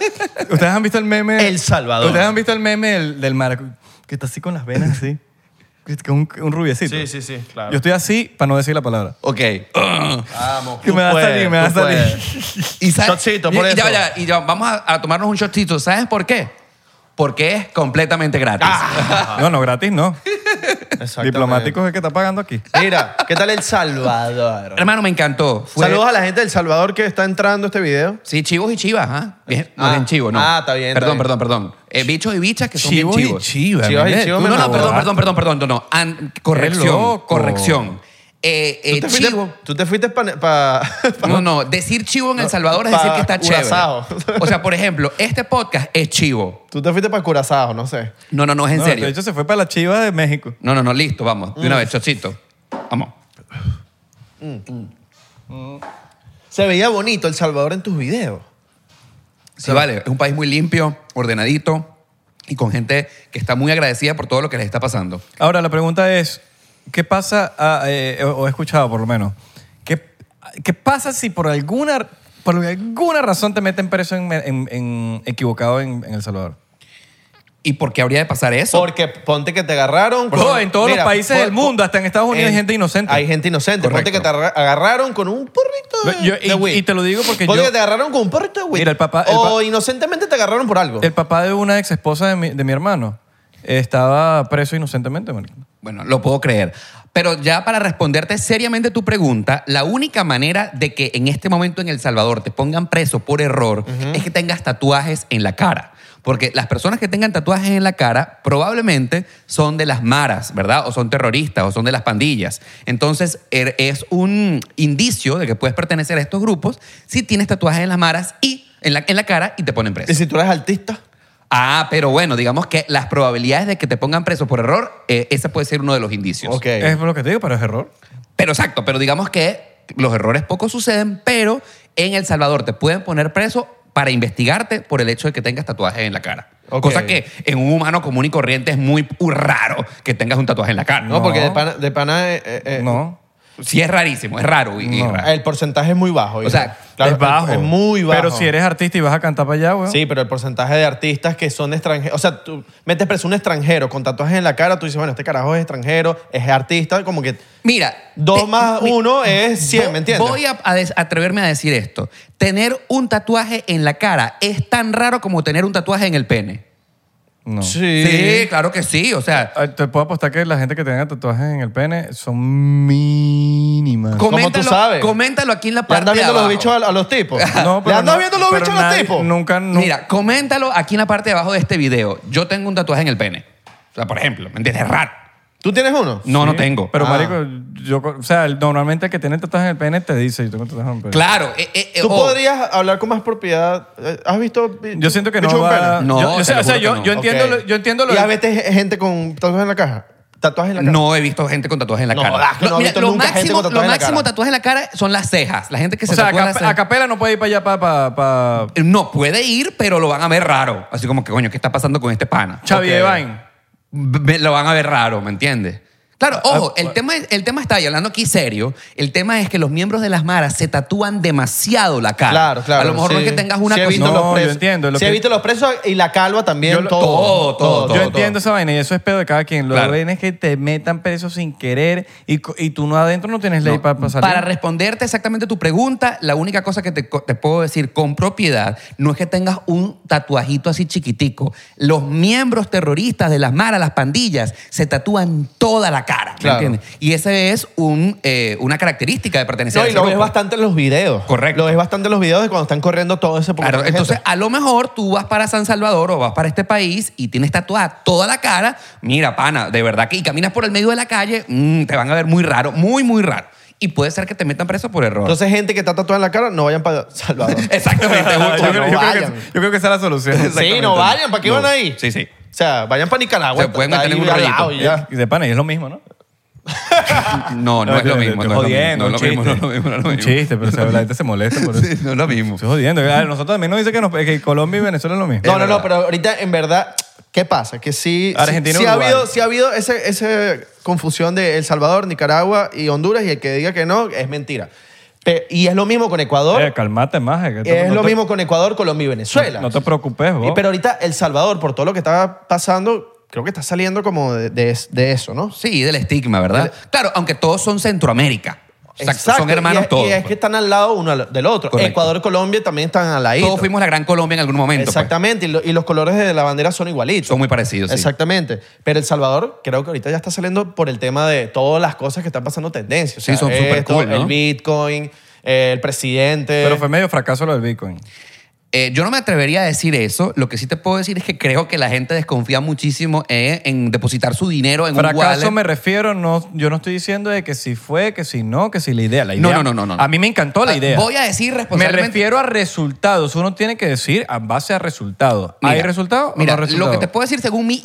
¿Ustedes han visto el meme? El Salvador. ¿Ustedes han visto el meme del, del maracu- Que está así con las venas así. Que es un, un rubiecito. sí, sí, claro. Yo estoy así para no decir la palabra. Ok. Vamos. Que tú me va a puedes, salir, me va a tú salir. puedes. Y sabes- Shotcito, por y- y ya, eso. ya, y ya, vamos a, a tomarnos un shotcito. ¿Sabes por qué? Porque es completamente gratis. Ah. No, no, gratis no. Exactamente. Diplomático es que está pagando aquí. Mira, ¿qué tal El Salvador? Hermano, me encantó. Fue- Saludos a la gente del Salvador que está entrando a este video. Sí, chivos y chivas, ¿ah? Bien, no Ah. bien chivo, no. Ah, está bien, está Perdón, bien. perdón, perdón. Eh, bichos y bichas que son Chivos bien y chivos. Eh, chivas. Chivos y mene. chivos Tú No, no, me eres perdón, perdón, bobato. perdón, perdón, no, no. An- corrección, loco. corrección. Eh, eh, ¿Tú te fuiste- chivo. Tú te fuiste para... No, no, decir chivo en El Salvador es decir que está pa- chévere. curazao. O sea, por ejemplo, este podcast es chivo. tú te fuiste para Curazao, no sé. No, no, no, es en No, serio. De hecho, Mm. se fue para la chiva de México. No, no, no, listo, vamos. De una vez, chocito. Vamos. Se veía bonito El Salvador en tus videos. Sí, vale. Es un país muy limpio, ordenadito y con gente que está muy agradecida por todo lo que les está pasando. Ahora, la pregunta es, ¿qué pasa, ah, eh, o o he escuchado por lo menos, ¿qué, qué pasa si por alguna, por alguna razón te meten preso en, en- en- equivocado en, en El Salvador? ¿Y por qué habría de pasar eso? Porque ponte que te agarraron. Bro, en todos los países del mundo, hasta en Estados Unidos hay gente inocente. Hay gente inocente. Correcto. Ponte que te agarra- agarraron con un porrito de, Yo- y- de weed. y te lo digo porque Ponte yo- que te agarraron con un porrito de weed. Mira, el papá- el o pa- inocentemente te agarraron por algo. El papá de una ex esposa de mi, de mi hermano estaba preso inocentemente, marico. Bueno, lo puedo creer. Pero ya para responderte seriamente tu pregunta, la única manera de que en este momento en El Salvador te pongan preso por error es que tengas tatuajes en la cara. Porque las personas que tengan tatuajes en la cara probablemente son de las maras, ¿verdad? O son terroristas, o son de las pandillas. Entonces er- es un indicio de que puedes pertenecer a estos grupos si tienes tatuajes en las maras y en la, en la cara y te ponen preso. y si tú eres artista, Ah, pero bueno, digamos que las probabilidades de que te pongan preso por error, eh, ese puede ser uno de los indicios. ok. Es lo que te digo, pero es error. Pero exacto, pero digamos que los errores pocos suceden, pero en El Salvador te pueden poner preso para investigarte por el hecho de que tengas tatuajes en la cara. Ok. Cosa que en un humano común y corriente es muy raro que tengas un tatuaje en la cara. No, porque de pana, de pana, eh, eh, eh, No. Sí es rarísimo, es raro. y- y No. raro. el porcentaje es muy bajo. O sea, Claro, es bajo. Es muy bajo. Pero si eres artista y vas a cantar para allá, weón. Sí, pero el porcentaje de artistas que son extranjeros. O sea, tú metes preso un extranjero con tatuajes en la cara, tú dices, bueno, este carajo es extranjero, es artista, como que Mira, dos te- más mi- uno es 100, Vo- ¿me entiendes? Voy a, a des- atreverme a decir esto. Tener un tatuaje en la cara es tan raro como tener un tatuaje en el pene. No. Sí. claro que sí. O sea, Ay, Te puedo apostar que la gente que tenga tatuajes en el pene son mínimas. tú coméntalo, sabes? coméntalo aquí en la ¿Le parte andas de viendo los abajo. bichos a, a los tipos? No, ¿Le pero andas no- viendo los pero bichos a los nadie- tipos? Nunca, nunca. Mira, coméntalo aquí en la parte de abajo de este video. Yo tengo un tatuaje en el pene. O sea, por ejemplo, ¿me entiendes? Es raro. ¿Tú tienes uno? No, no tengo. Pero, Ah. marico, yo, co- o sea, el- normalmente el que tiene tatuajes en el pene te dice, yo tengo tatuajes en el pene. claro. eh, eh, eh, Tú oh, podrías hablar con más propiedad. Eh, ¿Has visto? bi- Yo siento que bichos no con va... pene? No, yo, o te sea, lo o sea, juro que yo, no. yo entiendo, Ok. lo- yo entiendo lo ¿Y de- a veces gente con tatuajes en la caja? ¿Tatuajes en la caja? No he visto gente con tatuajes en la No, cara. das que no has visto lo nunca gente máximo, con lo tatuajes en la máximo cara. tatuajes en la cara son las cejas. La gente que O se sea, a, tatúa las cap- cejas. eh, a capela no puede ir para allá para... para, para No, puede ir, pero lo van a ver raro. Así como que, coño, ¿qué está pasando con este pana? Xavi Ok. Devine. Me- lo van a ver raro, ¿me entiendes? Ah, Claro, ojo, el tema, es- el tema está, y hablando aquí serio, el tema es que los miembros de las maras se tatúan demasiado la cara. Claro, claro. A lo mejor no es sí. que tengas una Sí he cosa- visto No, los yo presos. entiendo, lo Sí he que- visto los presos y la calva también. Yo lo- todo, todo, todo, Yo todo. entiendo esa vaina y eso es pedo de cada quien. Lo Claro. que ven es que te metan preso sin querer y, co- y tú no adentro no tienes ley No, para pasar. Para responderte exactamente tu pregunta, la única cosa que te, co- te puedo decir con propiedad no es que tengas un tatuajito así chiquitico. Los miembros terroristas de las maras, las pandillas, se tatúan toda la cara. ¿me Claro. entiendes? Y esa es un, eh, una característica de pertenecer No, a y ese lo ves grupo. bastante en los videos. Correcto. Lo ves bastante en los videos de cuando están corriendo todo ese poco Claro, de gente. entonces a lo mejor tú vas para San Salvador o vas para este país y tienes tatuada toda la cara, mira, pana, de verdad que y caminas por el medio de la calle, mm, te van a ver muy raro, muy, muy raro. Y puede ser que te metan preso por error. Entonces, gente que está tatuada en la cara, no vayan para Salvador. Exactamente. Yo creo- justo. yo, no creo que, vayan. yo creo que esa es la solución. sí, no vayan. ¿Para qué van ahí? Sí, sí. O sea, vayan para Nicaragua. Se pueden está meter en ahí un al rollito. lado y ya. Y de pana, y es lo mismo, ¿no? No, no, es lo mismo. Estoy No es jodiendo, lo mismo. No es lo mismo. No es lo mismo. No es lo Un mismo. chiste, pero o sea, la gente se molesta por eso. Sí, no es lo mismo. Estoy jodiendo. A ver, Nosotros también nos dicen que, nos- que Colombia y Venezuela es lo mismo. No, no, no, pero ahorita en verdad, ¿qué pasa? Que sí, sí- Argentina y sí ha Uruguay. habido, sí ha habido esa ese confusión de El Salvador, Nicaragua y Honduras y el que diga que no es mentira. Pe- y es lo mismo con Ecuador, Eh, calmate, maje. que tú- es no lo te- mismo con Ecuador, Colombia y Venezuela. No te preocupes, vos. Y pero eh, ahorita El Salvador, por todo lo que está pasando, creo que está saliendo como de, de- de eso, ¿no? Sí, del estigma, ¿verdad? Claro, aunque todos son Centroamérica. O sea, Son y hermanos es- todos. Y es que pues. están al lado uno al- del otro. Correcto. Ecuador, Colombia también están al lado. Todos fuimos la Gran Colombia en algún momento. pues. Exactamente, y, lo- y los colores de la bandera son igualitos. Son muy parecidos. sí. Exactamente. Pero El Salvador creo que ahorita ya está saliendo por el tema de todas las cosas que están pasando tendencias. O Sí, sea, son súper esto, cool, ¿no? El Bitcoin, eh, el presidente. Pero fue medio fracaso lo del Bitcoin. Eh, yo no me atrevería a decir eso. Lo que sí te puedo decir es que creo que la gente desconfía muchísimo eh, en depositar su dinero en un Fracaso wallet. me refiero, no, yo no estoy diciendo de que si fue, que si no, que si la idea, la idea. No, no, no, no, no. A mí me encantó la Ah, idea. Voy a decir me responsablemente. refiero a resultados. Uno tiene que decir en base a resultados. ¿Hay Mira, resultados o Mira, no resultados? lo que te puedo decir según mi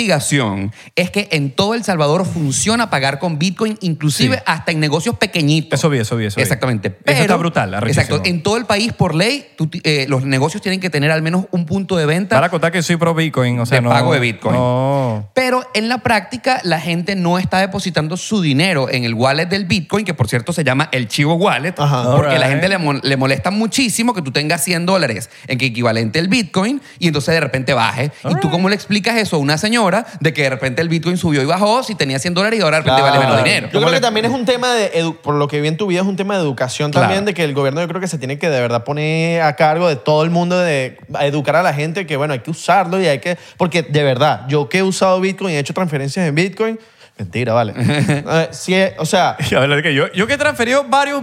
investigación es que en todo El Salvador funciona pagar con Bitcoin, inclusive Sí. hasta en negocios pequeñitos. Eso vi, eso vi, eso vi. Exactamente. Eso está brutal, arrechísimo. Exacto. En todo el país, por ley, tú ti- eh, los negocios tienen que tener al menos un punto de venta. Para contar que soy pro Bitcoin, o sea, de no. pago de Bitcoin. No. Pero en la práctica, la gente no está depositando su dinero en el wallet del Bitcoin, que por cierto se llama el Chivo Wallet, Ajá. porque la Alright. gente le, mon- le molesta muchísimo que tú tengas 100 dólares en que equivalente el Bitcoin y entonces de repente baje. ¿Y tú Alright. cómo le explicas eso a una señora de que de repente el Bitcoin subió y bajó si tenía 100 dólares y ahora de repente Claro. vale menos Yo dinero? creo que también es un tema de, edu- por lo que vi en tu video, es un tema de educación Claro. también, de que el gobierno yo creo que se tiene que de verdad poner a cargo de todo el mundo, de educar a la gente que, bueno, hay que usarlo y hay que... Porque de verdad, yo que he usado Bitcoin y he hecho transferencias en Bitcoin, mentira, vale. Eh, sí, eh, o sea, Y hablar de que yo, yo que he transferido varios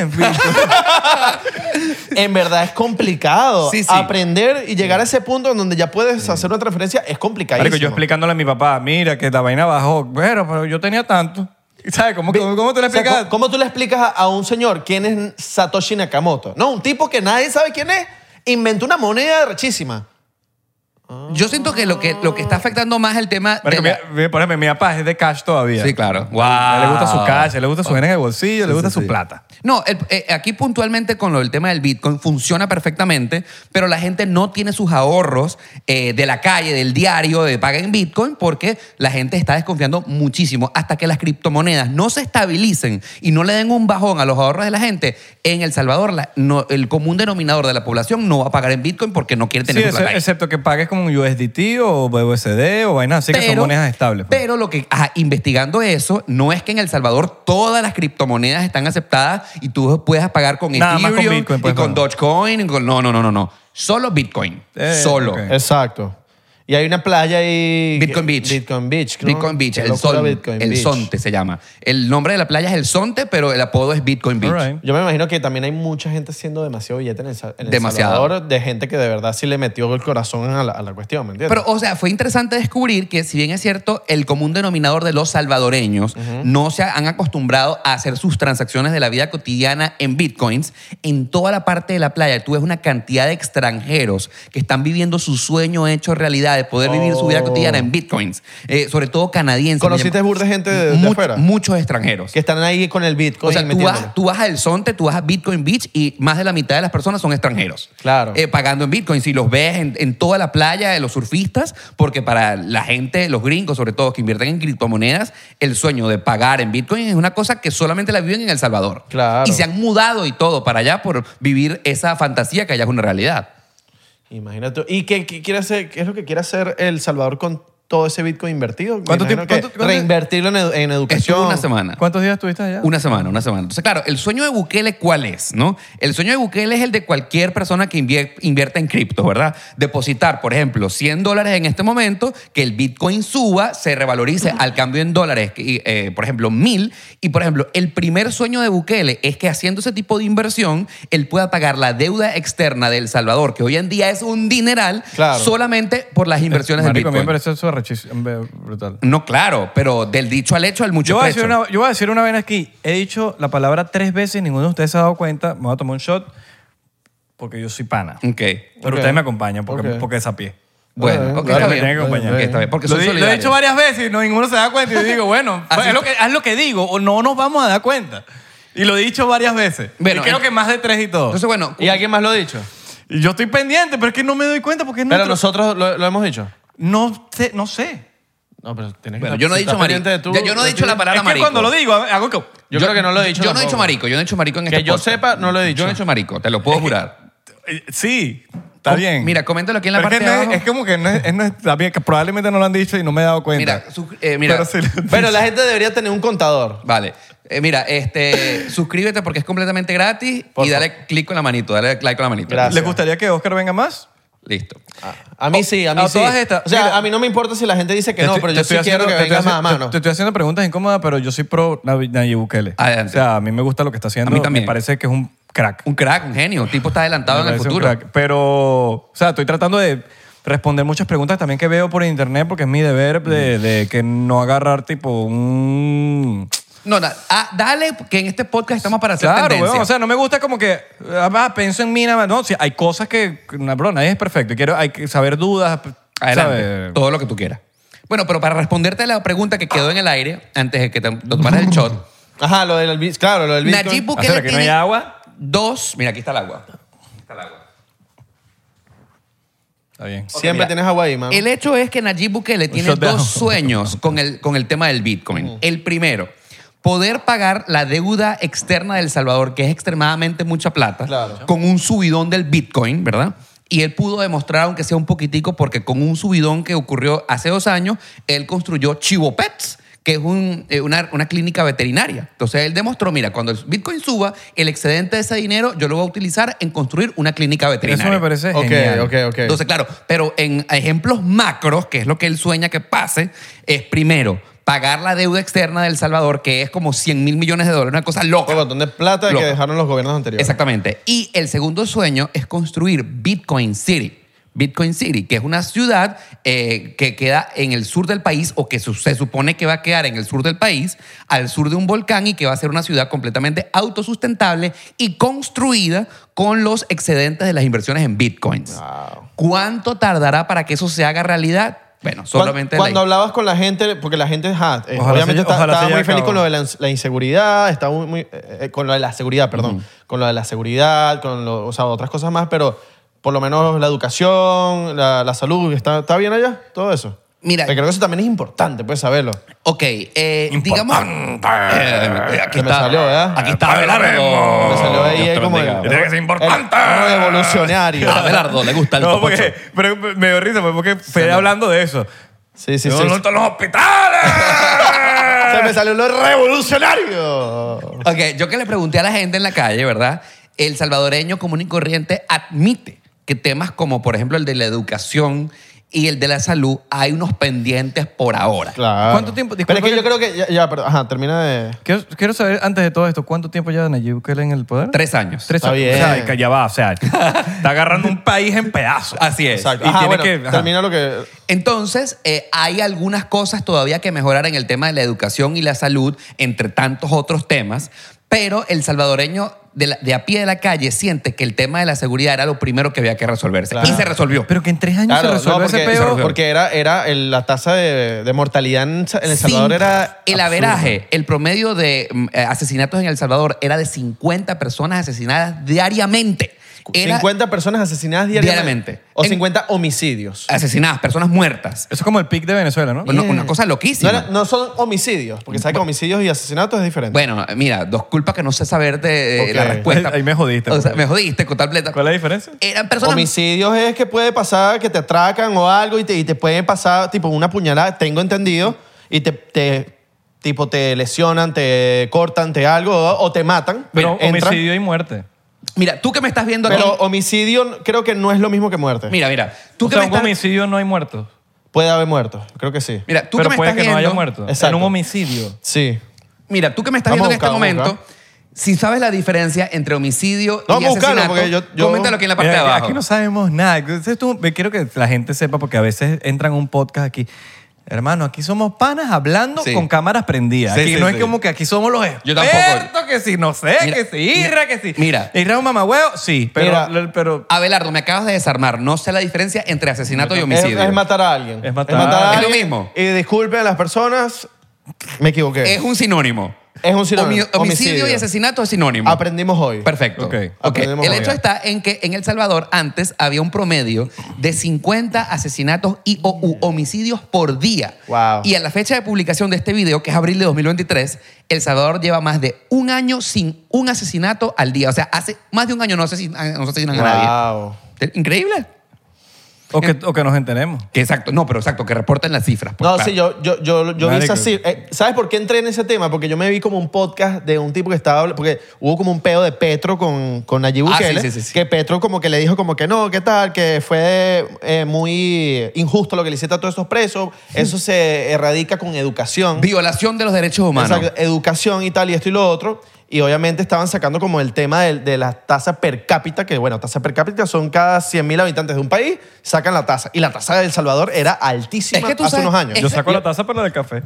en Bitcoin. en verdad es complicado Sí, sí. aprender y llegar a ese punto en donde ya puedes hacer una transferencia, es complicadísimo. Marico, yo explicándole a mi papá, mira, que la vaina bajó. Bueno, pero yo tenía tanto. ¿Sabes? ¿Cómo, cómo, cómo te lo O sea, explicas? ¿cómo- ¿Cómo tú le explicas a, a un señor quién es Satoshi Nakamoto? No, un tipo que nadie sabe quién es, inventó una moneda rechísima. Yo siento que lo que, lo que está afectando más el tema. de Marico, la- mi- mi- por ejemplo, mi papá es de cash todavía. Sí, claro. A él- a él Le gusta su Wow. cash, a él le gusta su dinero en el bolsillo, le gusta sí, su sí. plata. No, el- eh, aquí puntualmente con lo del tema del Bitcoin funciona perfectamente, pero la gente no tiene sus ahorros eh, de la calle, del diario, de paga en Bitcoin, porque la gente está desconfiando muchísimo. Hasta que las criptomonedas no se estabilicen y no le den un bajón a los ahorros de la gente, en El Salvador la- no- el común denominador de la población no va a pagar en Bitcoin porque no quiere Sí, tener su exce- plata ahí. excepto que pagues como un USDT o BUSD o vainas así que son Pero- monedas estables. pues. Pero lo que, ajá, investigando eso, no es que en El Salvador todas las criptomonedas están aceptadas y tú puedas pagar con Nada más con Ethereum Bitcoin, y pues, con bueno. Dogecoin. y con- no, no, no, no, no. Solo Bitcoin. Eh, Solo. ok. Exacto. Y hay una playa ahí. Bitcoin Beach. Bitcoin Beach. ¿no? Bitcoin Beach, Qué el, locura Son- Bitcoin el Beach. Sonte se llama. El nombre de la playa es el Sonte, pero el apodo es Bitcoin Beach. All right. Yo me imagino que también hay mucha gente haciendo demasiado billete en El, Sa- en El Demasiado. Salvador de gente que de verdad sí le metió el corazón a la, a la cuestión, ¿me entiendes? Pero, o sea, fue interesante descubrir que, si bien es cierto, el común denominador de los salvadoreños no se han acostumbrado a hacer sus transacciones de la vida cotidiana en bitcoins, en toda la parte de la playa tú ves una cantidad de extranjeros que están viviendo su sueño hecho realidad de poder vivir su vida Oh. cotidiana en bitcoins, Eh, sobre todo canadienses. ¿Conociste burda de gente de, de Much- afuera? Muchos extranjeros. que están ahí con el Bitcoin. O sea, tú metiéndole. vas, tú vas a El Sonte, tú vas a Bitcoin Beach y más de la mitad de las personas son extranjeros. Claro. Eh, pagando en Bitcoin. Si los ves en, en toda la playa de los surfistas, porque para la gente, los gringos sobre todo, que invierten en criptomonedas, el sueño de pagar en Bitcoin es una cosa que solamente la viven en El Salvador. Claro. Y se han mudado y todo para allá por vivir esa fantasía que allá es una realidad. Imagínate. ¿Y qué, qué quiere hacer, qué es lo que quiere hacer El Salvador con todo ese Bitcoin invertido? Me ¿Cuánto imagino tiempo- que cuánto- cuánto- Reinvertirlo en, edu- en educación. Estuvo una semana. ¿Cuántos días estuviste allá? Una semana, una semana. Entonces, claro, el sueño de Bukele, ¿cuál es? ¿No? El sueño de Bukele es el de cualquier persona que invier- invierta en cripto, ¿verdad? Depositar, por ejemplo, 100 dólares en este momento, que el Bitcoin suba, se revalorice al cambio en dólares, y, eh, por ejemplo, 1000. Y, por ejemplo, el primer sueño de Bukele es que haciendo ese tipo de inversión, él pueda pagar la deuda externa de El Salvador, que hoy en día es un dineral, Claro. solamente por las inversiones de Eh, Marico, a mí Bitcoin. me pareció eso arrechísimo, ve- brutal. No, claro, pero del dicho al hecho, al mucho Yo voy, a trecho. decir una, yo voy a decir una vaina aquí. He dicho la palabra tres veces, ninguno de ustedes se ha dado cuenta. Me voy a tomar un shot porque yo soy pana. Ok. Pero Ok. ustedes me acompañan porque, Ok. porque es a pie. Bueno, Bueno, ok, claro, está Ah, me bien. tienen que acompañar. Ok, está bien, Porque lo, soy di- lo he dicho varias veces y no, ninguno se da cuenta. Y yo digo, bueno, Así- haz, lo que, haz lo que digo o no nos vamos a dar cuenta. Y lo he dicho varias veces. Bueno, y creo en- que más de tres y todo. Entonces, bueno, ¿Y alguien más lo ha dicho? Y yo estoy pendiente, pero es que no me doy cuenta porque es Pero nuestro- nosotros lo, lo hemos dicho. no sé. No sé. No, pero tienes bueno, estar- yo no he si dicho estás marico. pendiente de tú- Ya, yo no he de dicho ti- la palabra es que marico. cuando lo digo, hago que... Yo, creo que no lo he dicho. Yo no he dicho tampoco. marico, yo no he dicho marico en Que este yo podcast. sepa, no lo he dicho. Yo no he dicho marico, te lo puedo jurar. Eh, Sí, está Com- bien. mira, coméntalo aquí en la Pero es parte que no de es- abajo. Es como que no es, es no es- está bien, que probablemente no lo han dicho y no me he dado cuenta. Mira, su- eh, mira. Pero sí lo- Pero la gente debería tener un contador. Vale. Eh, mira, este, suscríbete porque es completamente gratis Por y dale clic con la manito, dale like con la manito. Gracias. ¿les gustaría que Oscar venga más? Listo. A mí sí, Oh, a mí a sí. todas estas, o sea, mira. a mí no me importa si la gente dice que Te no, estoy- pero te yo sí estoy quiero haciendo- que te estoy vengas más a haciendo- mano. Te, te estoy haciendo preguntas incómodas, pero yo soy pro Navi- Nayib Bukele. Adelante. O sea, a mí me gusta lo que está haciendo. A mí también. Me parece que es un crack. Un crack, un genio. El tipo está adelantado Me en el parece un futuro. crack. Pero, o sea, estoy tratando de responder muchas preguntas también que veo por internet porque es mi deber de, Mm. de que no agarrar tipo un... No, da- ah, dale que en este podcast estamos para hacer Claro, tendencia. weón, o sea, no me gusta como que, ah, pienso en mí nada más. No, si hay cosas que, no, bro, nadie es perfecto. y Quiero, hay que saber dudas, Adelante, ¿sabes? todo lo que tú quieras. Bueno, pero para responderte a la pregunta que quedó en el aire antes de que te lo tomaras el shot, Ajá, lo del Bitcoin. Claro, lo del Bitcoin. Nayib Acera, Bukele que no tiene hay agua. dos... Mira, aquí está el agua. Está el agua. Está bien. Ok, Siempre mira. tienes agua ahí, mano. El hecho es que Nayib Bukele tiene shot de dos agua. sueños con el, con el tema del Bitcoin. El primero, poder pagar la deuda externa del Salvador, que es extremadamente mucha plata, Claro. con un subidón del Bitcoin, ¿verdad? Y él pudo demostrar, aunque sea un poquitico, porque con un subidón que ocurrió hace dos años, él construyó Chivo Pets, que es un- eh, una, una clínica veterinaria. Entonces él demostró, mira, cuando el Bitcoin suba, el excedente de ese dinero yo lo voy a utilizar en construir una clínica veterinaria. Eso me parece Ok, genial. ok, ok. Entonces, claro, pero en ejemplos macros, que es lo que él sueña que pase, es primero pagar la deuda externa del Salvador, que es como 100 mil millones de dólares, una cosa Un loca. montón de plata Loco. que dejaron los gobiernos anteriores. Exactamente. Y el segundo sueño es construir Bitcoin City. Bitcoin City, que es una ciudad eh, que queda en el sur del país o que su- se supone que va a quedar en el sur del país, al sur de un volcán y que va a ser una ciudad completamente autosustentable y construida con los excedentes de las inversiones en Bitcoins. Wow. ¿Cuánto tardará para que eso se haga realidad? Bueno, solamente cuando, cuando la- hablabas con la gente, porque la gente, ajá, eh, Ojalá obviamente se- está- ojalá estaba se muy haya feliz con lo acabado. de la, ins- la inseguridad, estaba muy, muy, eh, eh, con lo de la seguridad, perdón, con lo de la seguridad, con lo- o sea, otras cosas más, pero por lo menos la educación, la, la salud, ¿está, ¿está bien allá? Todo eso. Mira- Porque creo que eso también es importante, puedes saberlo. Ok, eh, digamos... Eh, aquí Que me salió, ¿verdad? Aquí está Abelardo. Oh, Me salió ahí Dios eh, te como bendiga. Tiene que ser importante. el revolucionario. A Abelardo le gusta el No, popocho. porque pero me dio risa pues, porque fue hablando de eso. Sí, sí, sí. ¡No, no, Se todos los hospitales! me salió lo revolucionario. Ok, yo que le pregunté a la gente en la calle, ¿verdad? El salvadoreño común y corriente admite que temas como, por ejemplo, el de la educación y el de la salud, hay unos pendientes por ahora. Claro. ¿Cuánto tiempo? Pero es Disculpa que yo que- creo que. Ya, ya, pero, ajá, termina de. Quiero, quiero saber, antes de todo esto, ¿cuánto tiempo lleva Nayib Bukele en el poder? Tres años. Tres Está años. bien. O sea, que ya va, o sea, está agarrando un país en pedazos. Así es. Exacto. Y Ajá, tiene bueno, que- ajá. termina lo que. Entonces, eh, hay algunas cosas todavía que mejorar en el tema de la educación y la salud, entre tantos otros temas, pero el salvadoreño de, la- de a pie de la calle siente que el tema de la seguridad era lo primero que había que resolverse. Claro. Y se resolvió. Pero que en tres años Claro, se resuelve no, porque, ese peo. resolvió. porque era, era el- la tasa de, de mortalidad en, Sa- en El Sin- Salvador era. El absurda. averaje, el promedio de mm, eh, asesinatos en El Salvador era de 50 personas asesinadas diariamente. Era 50 personas asesinadas diariamente. Diariamente. O En- Ah, 50 homicidios. asesinadas, personas muertas. Eso es como el pic de Venezuela, ¿no? Bueno, una cosa No, loquísima. era- no son homicidios, porque sabes que homicidios y asesinatos es diferente. Bueno, mira, dos culpas que no sé saber de eh, Ok. la respuesta. Ahí me jodiste. O sea, me jodiste con tableta. ¿Cuál es la diferencia? Eran personas Homicidios es que puede pasar que te atracan o algo y te, y te pueden pasar, tipo, una puñalada, tengo entendido, y te, te- tipo, te lesionan, te cortan, te algo, o, o te matan. Pero entran. homicidio y muerte. Mira, tú que me estás viendo aquí. Pero homicidio creo que no es lo mismo que muerte. mira, mira. Tú O que sea, me un estás. homicidio no hay muertos. Puede haber muertos, creo que sí. Mira, tú que Pero me puede estás que no haya viendo- muerto. En Exacto. un homicidio. Sí. Mira, tú que me estás Vamos viendo a en buscar, este vamos a momento, si sabes la diferencia entre homicidio y Vamos a buscarlo, asesinato, porque yo- yo- coméntalo aquí en la parte Mira, de abajo. Aquí no sabemos nada. Entonces, tú- me quiero que la gente sepa, porque a veces entran un podcast aquí. Hermano, aquí somos panas hablando Sí. con cámaras prendidas. Sí, aquí sí, no sí. es como que aquí somos los Yo tampoco. expertos, que sí, no sé, Mira, que sí, Irra, que sí. mira. Irra es un mamagüeo, sí, pero, Mira. pero Abelardo, me acabas de desarmar. No sé la diferencia entre asesinato y Es, homicidio. es matar a alguien. Es matar a alguien. alguien. Es lo mismo. Y disculpen a las personas, me equivoqué. Es un sinónimo. Es un sinónimo. Homi- homicidio y asesinato es sinónimo. Aprendimos hoy. Perfecto. Ok. Ok. Aprendemos El hoy. hecho está en que en El Salvador antes había un promedio de 50 asesinatos y o u homicidios por día. Wow. Y a la fecha de publicación de este video, que es abril de 2023, El Salvador lleva más de un año sin un asesinato al día. O sea, hace más de un año no asesinan, no asesinan a nadie. Wow. Increíble. o que, o que nos enteremos. Que exacto, no, pero exacto, que reporten las cifras. pues, No, claro. sí, yo, yo, yo, yo vi Marico. esa cif- eh, ¿Sabes por qué entré en ese tema? Porque yo me vi como un podcast de un tipo que estaba... habla- Porque hubo como un peo de Petro con, con Nayib Ah, sí, Bukele. sí, sí, sí. Que Petro como que le dijo como que no, ¿qué tal? Que fue eh, muy injusto lo que le hiciste a todos esos presos. Eso se erradica con educación. Violación de los derechos humanos. Exacto, educación y tal, y esto y lo otro. Y obviamente estaban sacando como el tema del- de, la tasa per cápita, que bueno, tasa per cápita son cada 100.000 habitantes de un país, sacan la tasa. Y la tasa de El Salvador era altísima Es que tú hace sabes- unos años. es- Yo saco la taza para la del café.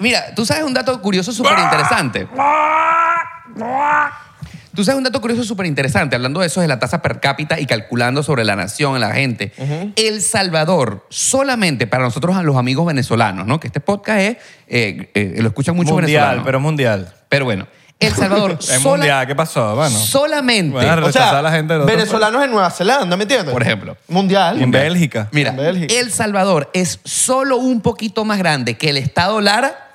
Mira, tú sabes un dato curioso súper interesante. Tú sabes un dato curioso súper interesante, hablando de eso de la tasa per cápita y calculando sobre la nación, la gente. El Salvador, solamente para nosotros, a los amigos venezolanos, ¿no? Que este podcast es, eh, eh, lo escuchan muchos mundial, venezolanos. pero mundial. Pero bueno, El Salvador Es sola- mundial, ¿qué pasó? Bueno. solamente, Bueno, o rechazar sea, a la gente del otro venezolanos en Nueva Zelanda, ¿me entiendes? Por ejemplo. Mundial. En Bélgica. mira, Bélgica. El Salvador es solo un poquito más grande que el Estado Lara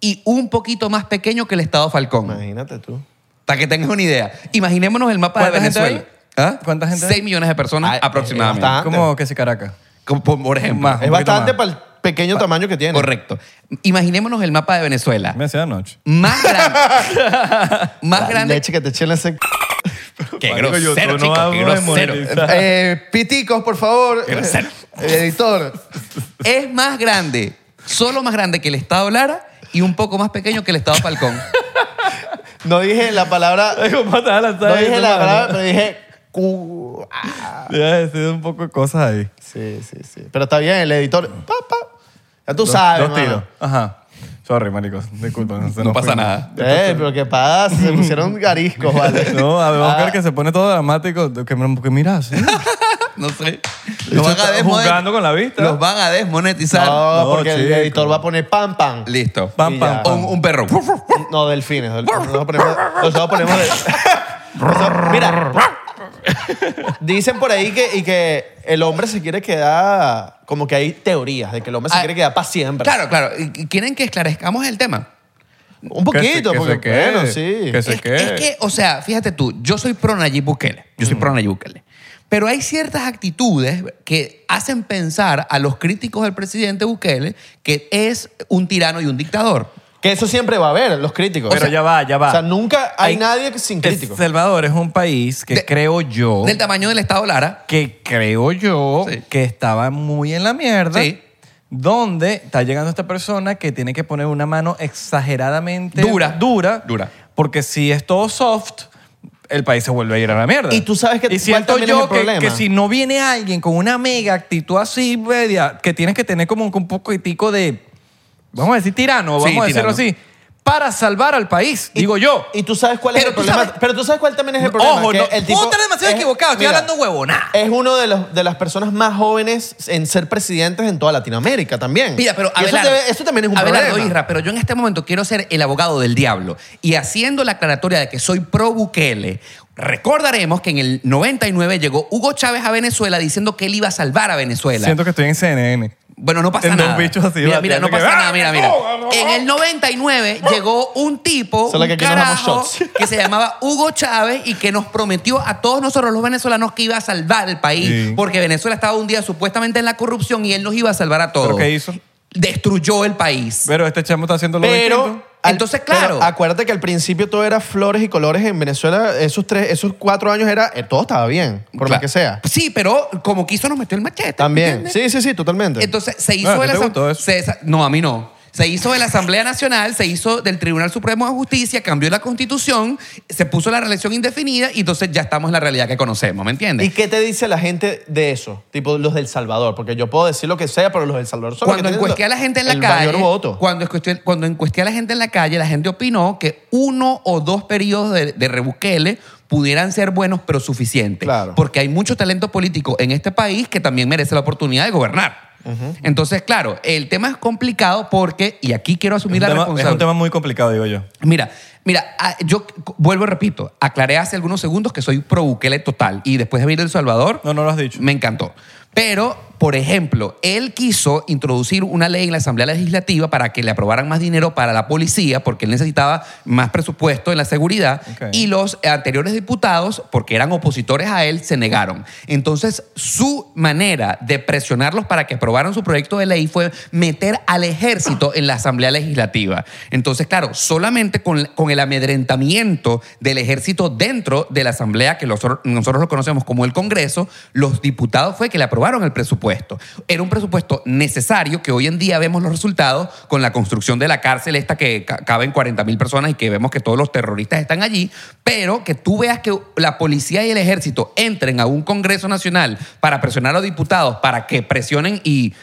y un poquito más pequeño que el Estado Falcón. Imagínate tú. Para que tengas una idea. Imaginémonos el mapa de ¿Cuánta gente Venezuela. ¿Ah? hay? ¿Cuánta gente hay? 6 millones de personas Ah, aproximadamente. bastante. Como que si Caracas. Como por- por ejemplo. Más. Es Un poquito bastante para más. el pequeño tamaño que tiene. Correcto. Imaginémonos el mapa de Venezuela. Me hacía anoche. Más grande. más La grande. leche que te echan ese... Qué Marico, grosero, YouTube no chico, va qué a grosero. monetizar. Eh, piticos, por favor. Quiero ser- El editor. Es más grande, solo más grande que el Estado Lara y un poco más pequeño que el Estado Falcón. No dije la palabra... Digo, pata, la No taza, dije la mano. palabra, pero dije... cu- ah. Ya decir un poco de cosas ahí. Sí, sí, sí. Pero está bien, el editor. Pa, pa. Ya tú Dos- sabes. Dos mano. tiros. Ajá. Sorry, maricos. Disculpa. No, No pasa nada. Eh, pero qué pasa, se pusieron gariscos, ¿vale? No, a ver, Oscar Ah. que se pone todo dramático. Que, que mira, sí. No sé. Yo Los van, a estaba desmonet- jugando con la vista. los van a desmonetizar. No, No, porque el chico. editor va a poner pam, pam. Listo. Pam, Y pam, ya. O pam. Un, un perro. No, delfines. delf- Nosotros ponemos. nosotros ponemos de- Nosotros- mira. Dicen por ahí que, y que el hombre se quiere quedar. Como que hay teorías de que el hombre se Ah, quiere quedar para siempre. Claro, claro. ¿Y ¿Quieren que esclarezcamos el tema? Un Que se- poquito, que se porque quede, bueno, sí. que se es, quede. es que, o sea, fíjate tú, yo soy pro Nayib Bukele. Yo Mm. soy pro Nayib Bukele. Pero hay ciertas actitudes que hacen pensar a los críticos del presidente Bukele que es un tirano y un dictador. Que eso siempre va a haber, los críticos. Pero O sea, ya va, ya va. O sea, nunca hay nadie que- sin críticos. El Salvador es un país que De- creo yo. Del tamaño del Estado Lara. que creo yo Sí. que estaba muy en la mierda. Sí. Donde está llegando esta persona que tiene que poner una mano exageradamente Dura. Dura. Dura. Porque si es todo soft, el país se vuelve a ir a la mierda. Y tú sabes que Y cuál siento también es yo el que, problema. que si no viene alguien con una mega actitud así, media, que tienes que tener como un, un poquitico de, vamos a decir tirano, Sí, vamos a tirano. decirlo así, para salvar al país, digo yo. Y tú sabes cuál es Pero el tú problema. sabes- Pero tú sabes cuál también es el problema. Ojo, que no, el puedo estar demasiado equivocado, estoy hablando huevonada. Es uno de, los, de las personas más jóvenes en ser presidentes en toda Latinoamérica también. Mira, pero Y eso, Abelardo- te- eso también es un Abelardo problema. Isra, pero yo en este momento quiero ser el abogado del diablo. Y haciendo la aclaratoria de que soy pro Bukele, recordaremos que en el 99 llegó Hugo Chávez a Venezuela diciendo que él iba a salvar a Venezuela. Siento que estoy en CNN. Bueno, no pasa En dos nada. bichos así, mira, bateando mira, no que, pasa ¡Ah, nada, mira, mira. no, no! En el 99 llegó un tipo, Solo que un aquí nos damos carajo, shots. que se llamaba Hugo Chávez y que nos prometió a todos nosotros los venezolanos que iba a salvar el país Sí. porque Venezuela estaba un día supuestamente en la corrupción y él nos iba a salvar a todos. ¿Pero qué hizo? Destruyó el país. Pero este chamo está haciendo lo Pero. distinto. al- Entonces, pero claro. acuérdate que al principio todo era flores y colores en Venezuela. Esos tres, esos cuatro años era. eh, todo estaba bien, por lo Claro. que sea. Sí, pero como quiso nos metió el machete. También. ¿entiendes? Sí, sí, sí, totalmente. Entonces se hizo Bueno, ¿a de la ti te asam- gustó eso? se sa- no, a mí no. Se hizo de la Asamblea Nacional, se hizo del Tribunal Supremo de Justicia, cambió la Constitución, se puso la reelección indefinida y entonces ya estamos en la realidad que conocemos, ¿me entiendes? ¿Y qué te dice la gente de eso? Tipo los del Salvador. Porque yo puedo decir lo que sea, pero los del Salvador son los cuando que tienen encuesté a lo- la gente en la el calle, mayor voto. cuando encuesté, cuando encuesté a la gente en la calle, la gente opinó que uno o dos periodos de, de rebusquele pudieran ser buenos pero suficientes, Claro. porque hay mucho talento político en este país que también merece la oportunidad de gobernar. Entonces, claro, el tema es complicado porque y aquí quiero asumir la Es un tema- es un responsabilidad. tema muy complicado, digo yo. Mira, mira, ah, yo c- vuelvo y repito, aclaré hace algunos segundos que soy pro Bukele total y después de venir El Salvador No, no lo has dicho. me encantó. Pero, por ejemplo, él quiso introducir una ley en la Asamblea Legislativa para que le aprobaran más dinero para la policía, porque él necesitaba más presupuesto en la seguridad, Ok. y los anteriores diputados, porque eran opositores a él, se negaron. Entonces, su manera de presionarlos para que aprobaran su proyecto de ley fue meter al ejército en la Asamblea Legislativa. Entonces, claro, solamente con, con el amedrentamiento del ejército dentro de la Asamblea, que nosotros, nosotros lo conocemos como el Congreso, los diputados fue que le aprobaron el presupuesto. Era un presupuesto necesario que hoy en día vemos los resultados con la construcción de la cárcel esta que ca- caben 40 mil personas y que vemos que todos los terroristas están allí, pero que tú veas que la policía y el ejército entren a un Congreso Nacional para presionar a los diputados, para que presionen y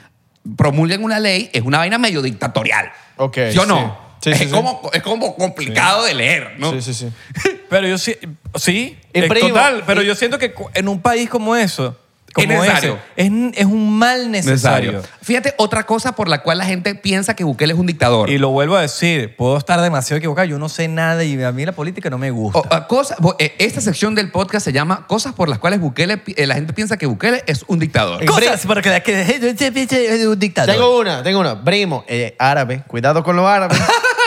promulguen una ley, es una vaina medio dictatorial. Ok, ¿Sí o sí. no? Sí, es, sí, sí. como, es como complicado de leer, ¿no? Sí, sí, sí. Pero yo sí, sí, El es primo. total. Pero El- yo siento que cu- en un país como eso, como ese, necesario. es, es un mal necesario. Fíjate, otra cosa por la cual la gente piensa que Bukele es un dictador. Y lo vuelvo a decir, puedo estar demasiado equivocado, yo no sé nada y a mí la política no me gusta. O- o cosa- bo- eh, esta sección del podcast se llama Cosas por las cuales Bukele, pi- eh, la gente piensa que Bukele es un dictador. Eh, Cosas porque la que es un dictador. Tengo una, tengo una. Primo, eh, árabe. Cuidado con los árabes.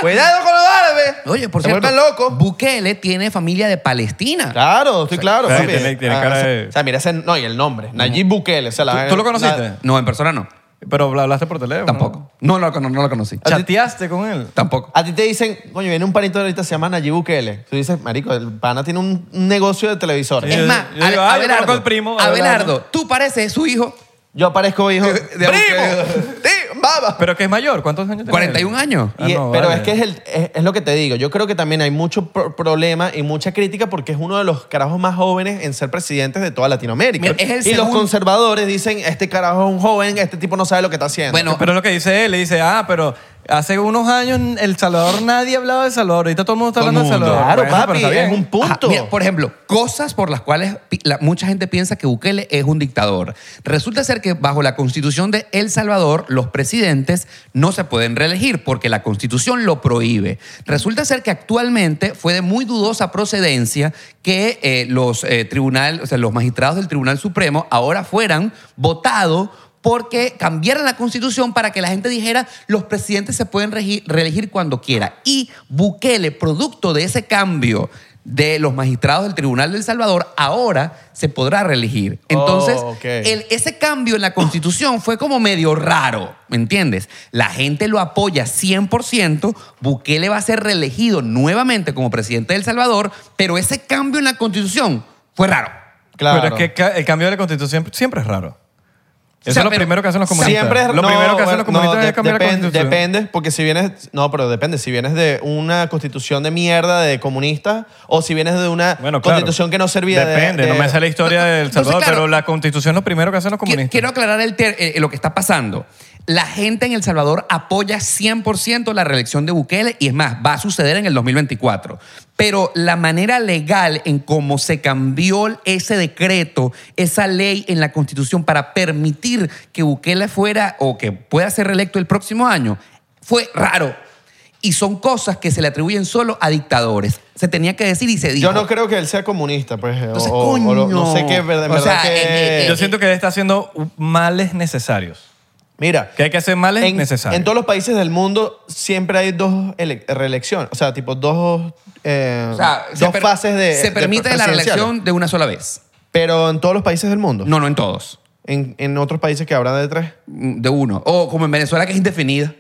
Cuidado con los árabes. Oye, por Se cierto, vuelven locos. Bukele tiene familia de Palestina. Claro, estoy claro. Sí, papi. tiene- tiene Ah, cara o sea, de- O sea, mira ese. No, y el nombre. Nayib Bukele. O sea, la- ¿Tú- tú lo conociste? la- No, en persona no. Pero hablaste por teléfono. Tampoco. No, lo cono- no lo conocí. ¿no? ¿Chateaste con él? Tampoco. a ti te dicen, coño, viene un panito ahorita se llama Nayib Bukele. Tú dices, marico, el pana tiene un un negocio de televisores. Sí. Es yo- más, yo Ale- digo, ah, yo Abelardo, conozco al primo, Abelardo, Abelardo. tú pareces su hijo. Yo aparezco hijo. De- de ¡Primo! Bukele. ¡Tío! pava. ¿Pero que es mayor? ¿Cuántos años tiene? 41 él? años. Ah, Y- no, pero vale. es que es, el- es, es lo que te digo. Yo creo que también hay mucho pro- problema y mucha crítica porque es uno de los carajos más jóvenes en ser presidentes de toda Latinoamérica. Mira, es el y los segundo- conservadores dicen, este carajo es un joven, este tipo no sabe lo que está haciendo. Bueno, Pero es lo que dice él, le dice, ah, pero hace unos años El Salvador nadie hablaba de Salvador, ahorita todo el mundo está Todo el hablando de mundo. Salvador. claro, Bueno, pero papi, está bien. es un punto. Ajá, mira, por ejemplo, cosas por las cuales pi- la- mucha gente piensa que Bukele es un dictador. Resulta ser que bajo la constitución de El Salvador, los presidentes no se pueden reelegir porque la constitución lo prohíbe. Resulta ser que actualmente fue de muy dudosa procedencia que eh, los, eh, tribunal, o sea, los magistrados del Tribunal Supremo ahora fueran votados porque cambiaran la constitución para que la gente dijera los presidentes se pueden regi- reelegir cuando quiera. Y Bukele, producto de ese cambio de los magistrados del Tribunal del Salvador, ahora se podrá reelegir. Entonces, Oh, ok. el- ese cambio en la constitución fue como medio raro, ¿me entiendes? La gente lo apoya 100%, Bukele va a ser reelegido nuevamente como presidente del Salvador, pero ese cambio en la constitución fue raro. claro. Pero es que ca- el cambio de la constitución siempre es raro. Eso O sea, es lo pero- primero que hacen los comunistas. Siempre es- Lo no, primero que hacen bueno, los comunistas no, es cambiar la depende- constitución. Depende, porque si vienes. No, pero depende. Si vienes de una constitución de mierda de comunistas o si vienes de una Bueno, claro. constitución que no servía de- Depende, de. no me sé la historia del entonces, Salvador, claro. pero la constitución es lo primero que hacen los Qui- comunistas. Quiero aclarar el ter- eh, lo que está pasando. La gente en El Salvador apoya 100% la reelección de Bukele y es más, va a suceder en el 2024. Pero la manera legal en cómo se cambió ese decreto, esa ley en la Constitución para permitir que Bukele fuera o que pueda ser reelecto el próximo año fue raro. Y son cosas que se le atribuyen solo a dictadores. Se tenía que decir y se dijo. Yo no creo que él sea comunista, pues. Entonces, o, o- o lo- no coño. sé qué, en verdad O sea, que- eh, eh, Yo siento que él está haciendo males necesarios. Mira. Que hay que hacer males En, necesarios. en todos los países del mundo siempre hay dos ele- reelecciones, o sea, tipo dos, eh, O sea, se dos per- fases de Se de permite la presidenciales. reelección de una sola vez. Pero en todos los países del mundo. No, no en todos. En, en otros países que habrá de tres. Mm, De uno. O como en Venezuela, que es indefinida.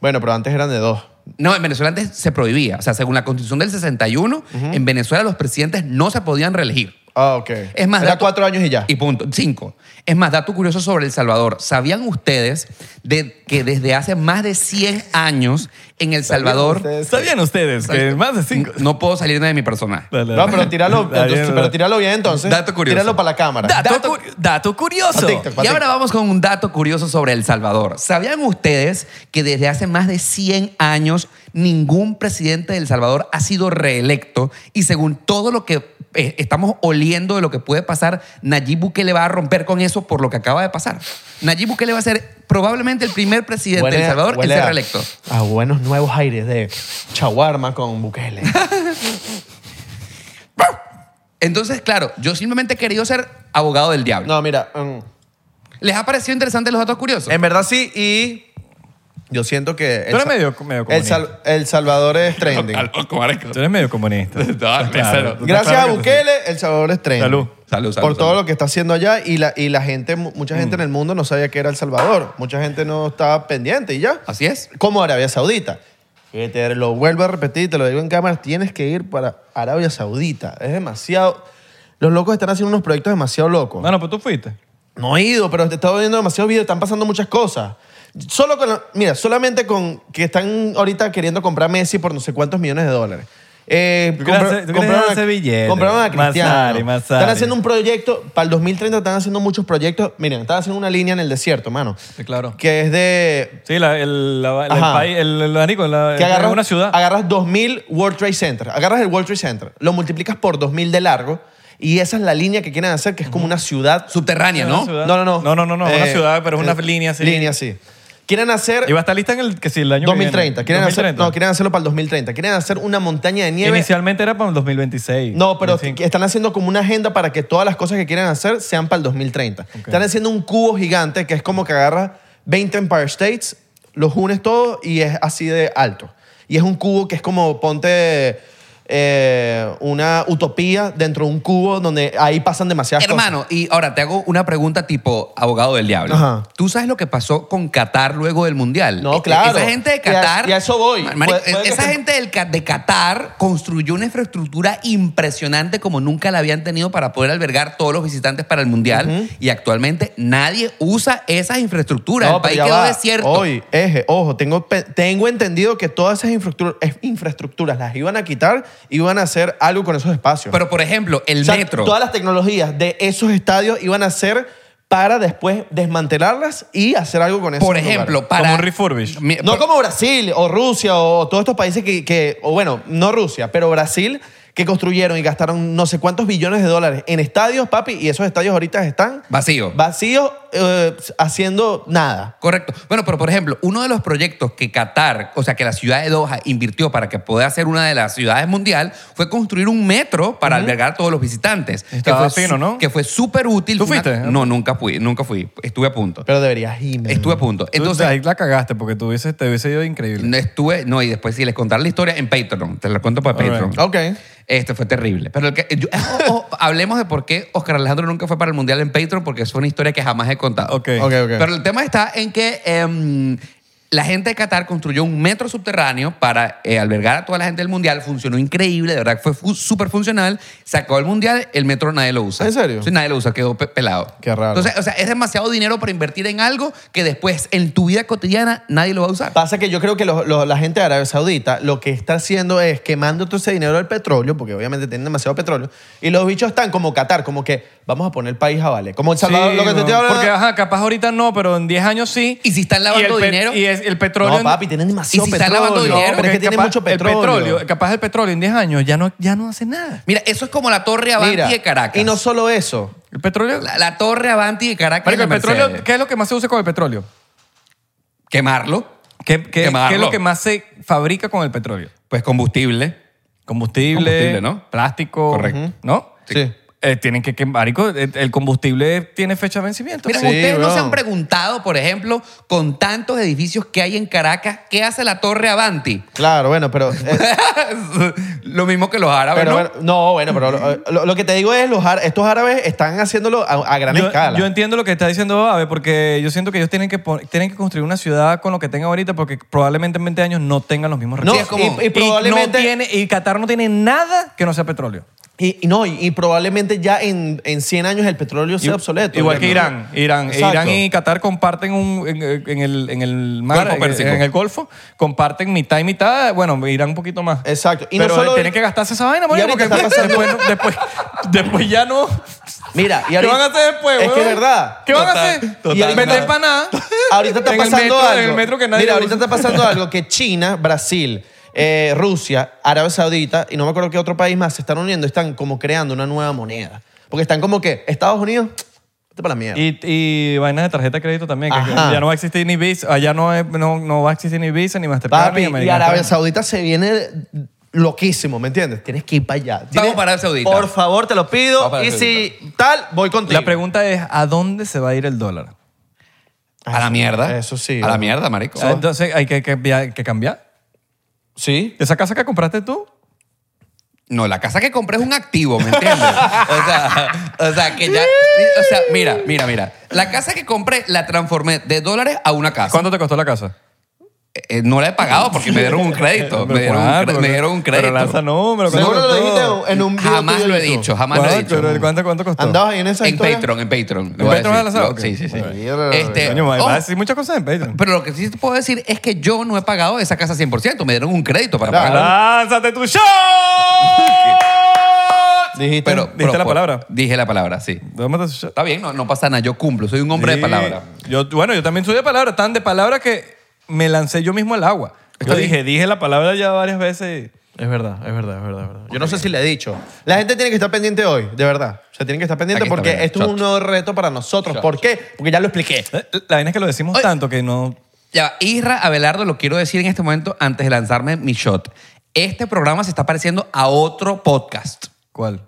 Bueno, pero antes eran de dos. No, en Venezuela antes se prohibía. O sea, según la constitución del 61, en Venezuela los presidentes no se podían reelegir. Ah, ok. Es más, Era dato- cuatro años y ya. Y punto. Cinco. Es más, dato curioso sobre El Salvador. ¿Sabían ustedes de que desde hace más de 100 años en El Salvador... ustedes? ¿Sabían ustedes que más de cinco? No puedo salirme de mi personaje. Dale, No, dale. pero tíralo, Está bien, entonces- dale. pero tíralo bien entonces. Dato curioso. Tíralo para la cámara. Dato, cu- dato curioso. Pa' TikTok. Y ahora vamos con un dato curioso sobre El Salvador. ¿Sabían ustedes que desde hace más de 100 años ningún presidente de El Salvador ha sido reelecto? Y según todo lo que eh, estamos oliendo de lo que puede pasar, Nayib Bukele va a romper con eso por lo que acaba de pasar. Nayib Bukele va a ser probablemente el primer presidente Huele de El a- Salvador en huele ser a- reelecto. A buenos nuevos aires de chaguarma con Bukele. Entonces, claro, yo simplemente he querido ser abogado del diablo. No, mira, mm, ¿Les ha parecido interesante los datos curiosos? en verdad sí y yo siento que... Tú eres medio- medio el, comunista. Sal- el Salvador es trending. Tú eres medio comunista. Claro. claro. Gracias a Claro que sí. Bukele, El Salvador es trending. Salud. Salud, salud, Por todo salud. Mm. lo que está haciendo allá y la, y la gente, mu- mucha gente en el mundo no sabía que era El Salvador. Mucha gente no estaba pendiente y ya. Así es. como Arabia Saudita. Que te lo vuelvo a repetir, te lo digo en cámara, tienes que ir para Arabia Saudita. Es demasiado... Los locos están haciendo unos proyectos demasiado locos. Mano, pues tú fuiste. No he ido, pero te he estado viendo demasiados videos, están pasando muchas cosas. Solo con, la- mira, solamente con que están ahorita queriendo comprar Messi por no sé cuántos millones de dólares. Eh, ¿Tú quieres compra- hacer- tú quieres compraron hacer a- billete? Compraron a Cristiano. Massari, Massari. Están haciendo un proyecto, para el 2030 están haciendo muchos proyectos. Miren, están haciendo una línea en el desierto, mano. claro. Que es de... Sí, la, el, la- el Ajá. país, el, el abanico, la, Que agarras, es una ciudad. agarras 2000 World Trade Center. Agarras el World Trade Center, lo multiplicas por 2000 de largo y esa es la línea que quieren hacer, que es como una ciudad Subterránea, Una ¿no? ciudad. No, no, no. Eh, No, no, no, no, una ciudad, pero es una línea así. Línea así. Quieren hacer Y va a estar lista en el, que sí, el año que viene. 2030. Quieren hacer 2030. no, quieren hacerlo para el 2030. Quieren hacer una montaña de nieve. Inicialmente era para el 2026. No, pero 25. t- están haciendo como una agenda para que todas las cosas que quieran hacer sean para el 2030. Están haciendo un cubo gigante que es como que agarra 20 Empire States, los unes todos y es así de alto. Y es un cubo que es como ponte eh, una utopía dentro de un cubo donde ahí pasan demasiadas cosas. Hermano, y ahora te hago una pregunta tipo abogado del diablo. Ajá. ¿Tú sabes lo que pasó con Qatar luego del Mundial? No, E- claro. Esa gente de Y a- Qatar... y a eso voy. Mar- marico, e- Puede- puede que esa se- gente del Ca- de Qatar construyó una infraestructura impresionante como nunca la habían tenido para poder albergar todos los visitantes para el Mundial. Y actualmente nadie usa esas infraestructuras. el pero país ya quedó va. desierto. Hoy, eje, ojo, tengo, pe- tengo entendido que todas esas infraestructuras, infraestructuras las iban a quitar y iban a hacer algo con esos espacios. Pero, por ejemplo, el O sea, metro... Todas las tecnologías de esos estadios iban a ser para después desmantelarlas y hacer algo con eso. Por ejemplo, para... Como un refurbish. Mi- No por- como Brasil o Rusia o todos estos países que, que- o bueno, no Rusia, pero Brasil, que construyeron y gastaron no sé cuántos billones de dólares en estadios, papi, y esos estadios ahorita están Vacío. vacíos eh, haciendo nada. Correcto. Bueno, pero por ejemplo, uno de los proyectos que Qatar, o sea, que la ciudad de Doha invirtió para que pueda ser una de las ciudades mundial, fue construir un metro para albergar a todos los visitantes. Estaba que fue, fino, su- ¿no? Que fue súper útil. ¿Tú Fue una- fuiste? No, nunca fui, nunca fui. Estuve a punto. Pero deberías ir. man. estuve a punto. Entonces, Entonces, ahí la cagaste porque tú hubiese- te hubiese ido increíble. no estuve, no, y después si les contar la historia en Patreon. Te la cuento para All right. Patreon. Ok. Este fue terrible. Pero el que, yo- ojo, hablemos de por qué Oscar Alejandro nunca fue para el Mundial en Patreon, porque es una historia que jamás he contado. Ok. Ok, ok. Pero el tema está en que em, la gente de Qatar construyó un metro subterráneo para eh, albergar a toda la gente del mundial. Funcionó increíble, de verdad que fue fu- súper funcional. Sacó el mundial, el metro nadie lo usa. ¿En serio? Sí, nadie lo usa, quedó pe- pelado. Qué raro. Entonces, o sea, es demasiado dinero para invertir en algo que después en tu vida cotidiana nadie lo va a usar. Pasa que yo creo que los- los- la gente de Arabia Saudita lo que está haciendo es quemando todo ese dinero del petróleo, porque obviamente tienen demasiado petróleo, y los bichos están como Qatar, como que vamos a poner el país a vale. Como El Salvador, Sí, lo que te estoy weón. hablando. Porque, ajá, capaz ahorita no, pero en 10 años sí. ¿Y si están lavando el pe- dinero? Y es- el petróleo... No, papi, tienen demasiado ¿Y si están petróleo. lavando dinero? Pero es porque que tienen capaz- mucho El petróleo, capaz el petróleo en 10 años ya no, ya no hace nada. Mira, eso es como la Torre Avanti Mira, de Caracas. Y no solo eso. El petróleo... la, la Torre Avanti de Caracas. Marico, en el la petróleo, Mercedes. ¿qué es lo que más se usa con el petróleo? Quemarlo, ¿Qué, qué- Quemarlo. qué es lo que más se fabrica con el petróleo? pues combustible. Combustible, Combustible, ¿no? plástico, Correcto. ¿no? Sí. Sí. Eh, tienen que quemar, marico, el el combustible tiene fecha de vencimiento. Mira, Sí, ustedes no se bro. han preguntado, por ejemplo, con tantos edificios que hay en Caracas, ¿qué hace la Torre Avanti? Claro, bueno, pero. eh, Lo mismo que los árabes, pero ¿no? bueno, no, bueno, pero lo, lo- lo que te digo es, los, ar- estos árabes están haciéndolo a, a gran yo, escala. yo entiendo lo que está diciendo Ave, porque yo siento que ellos tienen que, pon- tienen que construir una ciudad con lo que tengan ahorita, porque probablemente en 20 años no tengan los mismos no, Sí, recursos. es como- y, y probablemente. Y, no tiene- y Qatar no tiene nada que no sea petróleo. y, y no, y, y probablemente ya en, en 100 años el petróleo sea obsoleto. Igual Ya que no- Irán. Irán, Exacto. Irán y Qatar comparten un, en, en el, en el mar, Golfo en- Pérsico. en, el Golfo, comparten mitad y mitad. Bueno, Irán un poquito más. Exacto. Y no Pero solo- tienen que gastarse esa vaina, marico, ahorita porque está pasando- después, no- después, después ya no. Mira, y ¿Qué ahorita- van a hacer después, Es que es weón? verdad. ¿Qué van a Total, hacer? total, y el nada. meter para nada. Ahorita está En el pasando metro- en algo. el metro que nadie Mira, usa. ahorita está pasando algo que China, Brasil, eh, Rusia, Arabia Saudita y no me acuerdo qué otro país más se están uniendo, están como creando una nueva moneda. Porque están como que Estados Unidos, vete para la mierda. Y, y vainas de tarjeta de crédito también. Que que Ajá. ya no va a existir ni Visa. Allá no, es- no, no va a existir ni Visa, ni Mastercard, Papi, ni y American Arabia Express. Saudita se viene loquísimo, ¿me entiendes? Tienes que ir para allá. Tienes- para Arabia Saudita. Por favor, te lo Vamos pido. para Y Arabia si tal, voy contigo. La pregunta es, ¿a dónde se va a ir el dólar? a la mierda. Eso sí. A la mierda, marico. Ah, Entonces, ¿hay que, que- hay que cambiar? Sí. ¿Esa casa que compraste tú? No, la casa que compré es un activo, ¿me entiendes? o, sea, o sea, que ya... O sea, mira, mira, mira. La casa que compré la transformé de dólares a una casa. ¿Cuánto te costó la casa? Eh, no la he pagado porque me dieron un crédito. me, dieron un, ¿Cuánto? cre- me dieron un crédito. Pero lanza número. ¿cuánto Seguro lo costó? dijiste eh, en un video. Jamás tuyo lo he de YouTube. dicho, jamás lo he ¿Cuánto, dicho. pero ¿Cuánto, cuánto costó? Andabas ahí en esa En historia? Patreon, en Patreon. ¿En Patreon vas a lanzar? Lo- Ok. Sí, sí, sí. Mierda, Este, Coño, madre, ojo, vas a decir muchas cosas en Patreon. pero lo que sí te puedo decir es que yo no he pagado esa casa 100%. Me dieron un crédito para Claro. pagar. ¡Lánzate tu show! Dijiste. Pero, ¿Diste la por- palabra? Dije la palabra, sí. Lánzate tu show. Está bien, no, no pasa nada. Yo cumplo. Soy un hombre de Sí. palabra. Yo, bueno, yo también soy de palabra. Tan de palabra que me lancé yo mismo al agua. Yo Está bien. dije, dije la palabra ya varias veces. Es verdad, es verdad, es verdad, es verdad. Yo no sé si le he dicho. La gente tiene que estar pendiente hoy, de verdad. O sea, tienen que estar pendiente Aquí está, porque mira, esto es shot. un nuevo reto para nosotros. ¿Por qué? Porque ya lo expliqué. Eh, La vaina es que lo decimos Oye. tanto que no... Ya, va, Isra Abelardo, lo quiero decir en este momento antes de lanzarme mi shot. Este programa se está pareciendo a otro podcast. ¿Cuál?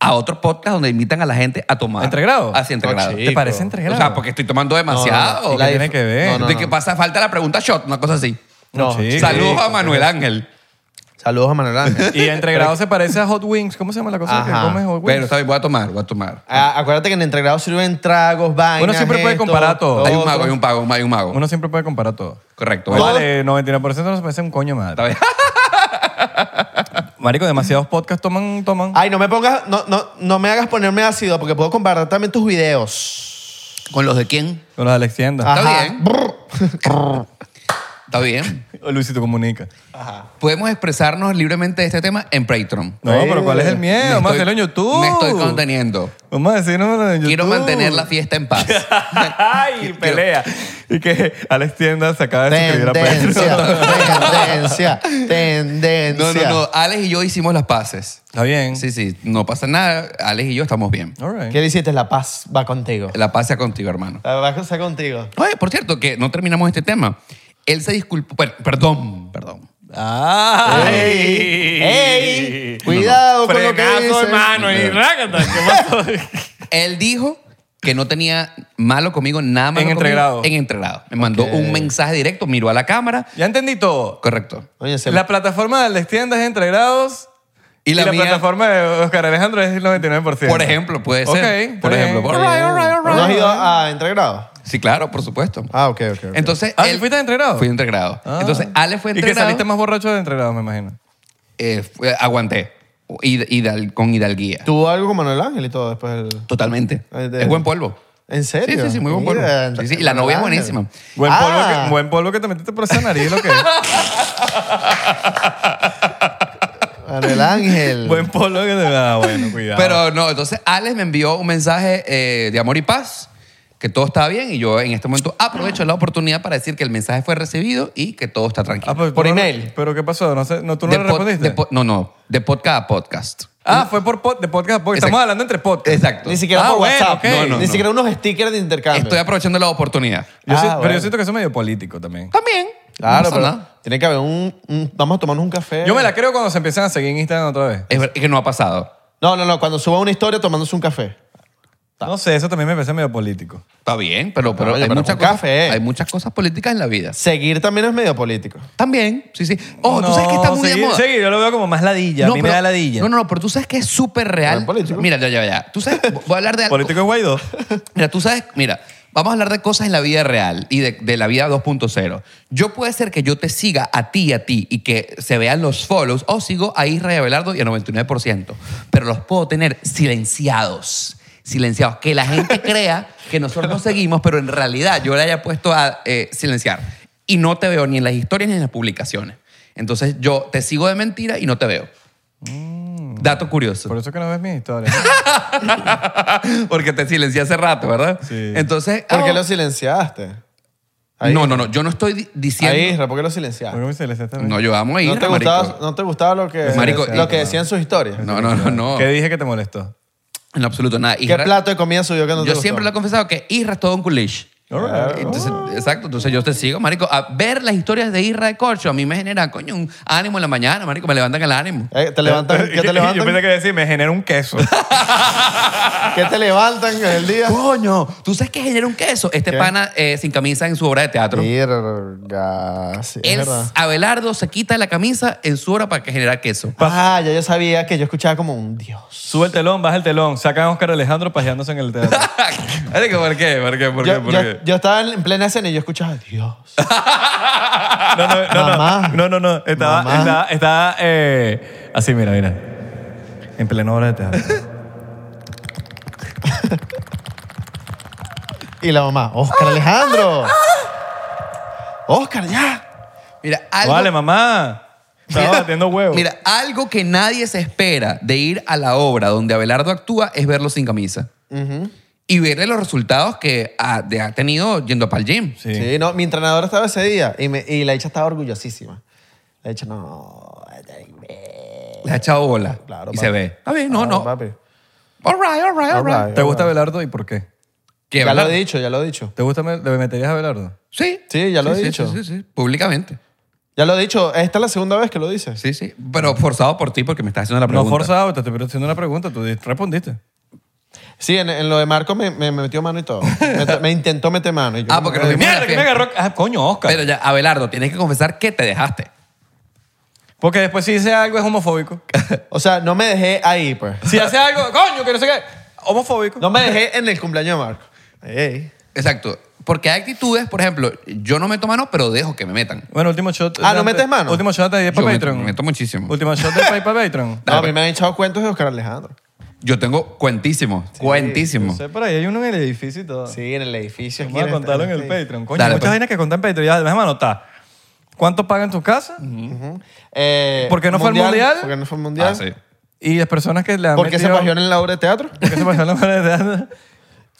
A otro podcast donde invitan a la gente a tomar. Ah, ¿Entregrado? Así, entregrado. Oh, chico. ¿Te parece entregrado? O sea, porque estoy tomando demasiado. No, no, no. ¿Qué La tiene dif- que ver? No, no, de no. que pasa falta la pregunta shot, una cosa así. No, No, chico. Saludos a Manuel Ángel. Saludos a Manuel Ángel. Y Entregrado se parece a Hot Wings. ¿Cómo se llama la cosa Ajá. que comes Hot Wings? Bueno, está bien, voy a tomar, voy a tomar. A- acuérdate que en entregrado sirven tragos, vainas. Uno siempre puede esto, comparar todo. Hay otro. un mago, hay un pago, hay un mago. Uno siempre puede comparar todo. Correcto. Todo. vale. Vale, 99% nos parece un coño de Está madre. bien. Marico, demasiados podcasts toman, toman. Ah. Ay, no me pongas, no, no, no me hagas ponerme ácido porque puedo comparar también tus videos. ¿Con los de quién? Con los de Alex Tienda. Está Ajá. bien. Está bien. O Luisito Comunica. Podemos expresarnos libremente de este tema en Patreon. No, Eh, pero ¿cuál es el Me miedo? Vamos a estoy- hacerlo en YouTube. Me estoy conteniendo. Vamos a decirnos en YouTube. Quiero mantener la fiesta en paz. ¡Ay, Quiero- pelea! Y que Alex Tienda se acaba de suscribir a Tendencia, Patreon. tendencia, No, tendencia. no, no. Alex y yo hicimos las paces. Está bien. Sí, sí. No pasa nada. Alex y yo estamos bien. All right. ¿Qué le hiciste? La paz va contigo. La paz sea contigo, hermano. La paz está contigo. Oye, por cierto, que no terminamos este tema. Él se disculpó. bueno, perdón, perdón. ¡Ay! ¡Ey! ¡Ey! Cuidado con lo que Frenazo, dices. hermano! ¡Y rácata! ¿Qué pasó? Él dijo que no tenía malo conmigo, nada malo En conmigo. Entregrado. En entregrado. Me mandó un mensaje directo, miró a la cámara. ya entendí todo. Correcto. Oye, se- La plataforma de Alex Tienda es entre grados. Y la mía- plataforma de Oscar Alejandro es el 99%. Por ejemplo, puede ser. Ok. Por está ejemplo. bien. All right, all right, all ¿No right. has ido a entregrado? Sí, claro, por supuesto. Ah, ok, ok. ok. Entonces, Ah, ¿sí fuiste de Entregrado? Fui de Entregrado. Ah. Entonces, Ale fue de Y que Entregrado. saliste más borracho de entre grados, me imagino. eh, fue- aguanté. Hid- hidal- con hidalguía. ¿Tuvo algo con Manuel Ángel y todo después del... Totalmente. Ah, Eh, de- Es buen polvo. ¿En serio? Sí, sí, sí, muy buen polvo. Mira, Sí, sí, y la novia es Manuel Ángel. buenísima. Buen, polvo Ah. que, buen polvo que te metiste por esa nariz, lo que es. Manuel Ángel. buen polvo que te... Ah, bueno, cuidado. Pero no, entonces Alex me envió un mensaje eh, de amor y paz, que todo estaba bien, y yo en este momento aprovecho la oportunidad para decir que el mensaje fue recibido y que todo está tranquilo. Ah, pues, tú por no- email. ¿Pero qué pasó? No sé, no, ¿Tú no De le pod- respondiste? de po- no, no, de podcast a podcast. ah, fue por pod- de podcast, porque Exacto. estamos hablando entre podcasts. Exacto. Ni siquiera Ah, por bueno, WhatsApp. ok. No, no, Ni no. siquiera unos stickers de intercambio. Estoy aprovechando la oportunidad. Yo Ah, sí- Pero yo bueno. siento que eso es medio político también. También. Claro, no pasa pero nada. tiene que haber un, un- Vamos a tomarnos un café. Yo me la creo cuando se empiezan a seguir en Instagram otra vez. Es, ver- es que no ha pasado. No, no, no. Cuando suba una historia tomándose un café. No sé, eso también me parece medio político. Está bien, pero, pero, Oye, hay, pero muchas con cosas, café. hay muchas cosas políticas en la vida. Seguir también es medio político. También, sí, sí. Ojo, Oh, tú No, sabes que está muy seguir, de moda. seguir, yo lo veo como más ladilla. a mí pero- me da ladilla. No, no, no, pero tú sabes que es súper real. Buen político. Mira, ya, ya, ya. Tú sabes, voy a hablar de algo. Político es Guaidó. Mira, tú sabes, mira, vamos a hablar de cosas en la vida real y de, de la vida 2.0. Yo puede ser que yo te siga a ti, a ti, y que se vean los follows, o sigo a Israel Abelardo y a 99%, pero los puedo tener silenciados. Silenciados. Que la gente crea que nosotros nos seguimos, pero en realidad yo le haya puesto a eh, silenciar. Y no te veo ni en las historias ni en las publicaciones. Entonces yo te sigo de mentira y no te veo. Dato curioso. Mm. Por eso que no ves mi historia. Porque te silencié hace rato, ¿verdad? Sí. Entonces. ¿Por qué ah, lo silenciaste? Ahí. No, no, no. Yo no estoy di- A diciendo. Isra, ¿por qué lo ¿Por qué silenciaste? me celeste esta vez? No, yo amo a ¿No te, Isra, gustaba, marico. ¿No te gustaba lo que, Marico, lo que Isra. decían sus historias? No, no, no, no. ¿Qué dije que te molestó? En absoluto nada. ¿Qué Isra- plato de comida subió que no te yo gustó? siempre lo he confesado que Isra es todo un culish. All right. Entonces, exacto, entonces yo te sigo, marico. A ver las historias de Isra de Corcho a mí me genera, coño, un ánimo en la mañana, marico. Me levantan el ánimo. Eh, ¿Te levantan? ¿Qué te Yo levantan? pensé que iba a decir, me genera un queso. ¿Qué te levantan en el día? Coño, ¿tú sabes qué genera un queso? Este pana eh, sin camisa en su obra de teatro. Verga, sí, es Él, verdad. Abelardo, se quita la camisa en su obra para que genera queso. Ah, ya yo sabía que yo escuchaba como un dios. Sube el telón, baja el telón. Sacan a Oscar Alejandro pajeándose en el teatro. Marico, ¿por qué? ¿Por qué? ¿Por qué? Yo, ¿Por yo- qué? yo estaba en plena escena y yo escuchaba Dios. No, no, no. Mamá. No, no, no. Estaba, Mamá. estaba, estaba, eh, así, mira, mira. En plena obra de teatro. Y la mamá, Oscar Alejandro. Oscar, ya. Mira, algo, Vale, mamá. Estaba batiendo huevos. Mira, algo que nadie se espera de ir a la obra donde Abelardo actúa es verlo sin camisa. Y verle los resultados que ha, de- ha tenido yendo para el gym. Sí. Sí, no, mi entrenadora estaba ese día y, me- y la hecha estaba orgullosísima. La hecha, no. Le ha echado bola. Claro, y papi. se ve. Está bien, no, Ah, no. papi. All right, all right, all All right. right. ¿Te gusta Belardo y por qué? Que Ya lo Abelardo- he dicho, ya lo he dicho. ¿Te gusta, le meterías a Belardo? Sí. Sí, ya lo he sí, dicho. Sí, sí, sí, públicamente. Ya lo he dicho. Esta es la segunda vez que lo dices. Sí, sí. Pero forzado por ti porque me estás haciendo la No pregunta. forzado, te estoy haciendo una pregunta, tú respondiste. Sí, en, en lo de Marco me, me- me metió mano y todo. Me, to- me intentó meter mano. y yo Ah, no- porque nos vimos en la Mierda, que me fiesta. agarró. Ah, coño, Oscar. Pero ya, Abelardo, tienes que confesar que te dejaste. Porque después si dice algo es homofóbico. O sea, no me dejé ahí, pues. Si hace algo, coño, que no sé qué, homofóbico. No me dejé en el cumpleaños de Marco. Ey. Exacto. Porque hay actitudes, por ejemplo, yo no meto mano, pero dejo que me metan. Bueno, último shot. Ah, ¿no metes mano? Último shot de 10 para Yo meto- Patreon. meto muchísimo. Último shot de para Patreon. No, a mí me han echado cuentos de Oscar Alejandro. Yo tengo cuentísimo, cuentísimo. No sé, por ahí hay uno en el edificio y todo. Sí, en el edificio. Vamos a aquí contarlo en este- el Patreon. Coño, Dale, muchas pues. vainas que contar en Patreon. Ya, déjame anotar. ¿Cuánto pagan tu casa? Eh, ¿Por qué no fue al Mundial? ¿Por qué no fue al mundial? Ah, sí. Y las personas que le han ¿Por qué se metido- pajeó en la obra de teatro? ¿Por qué se pasaron la manera?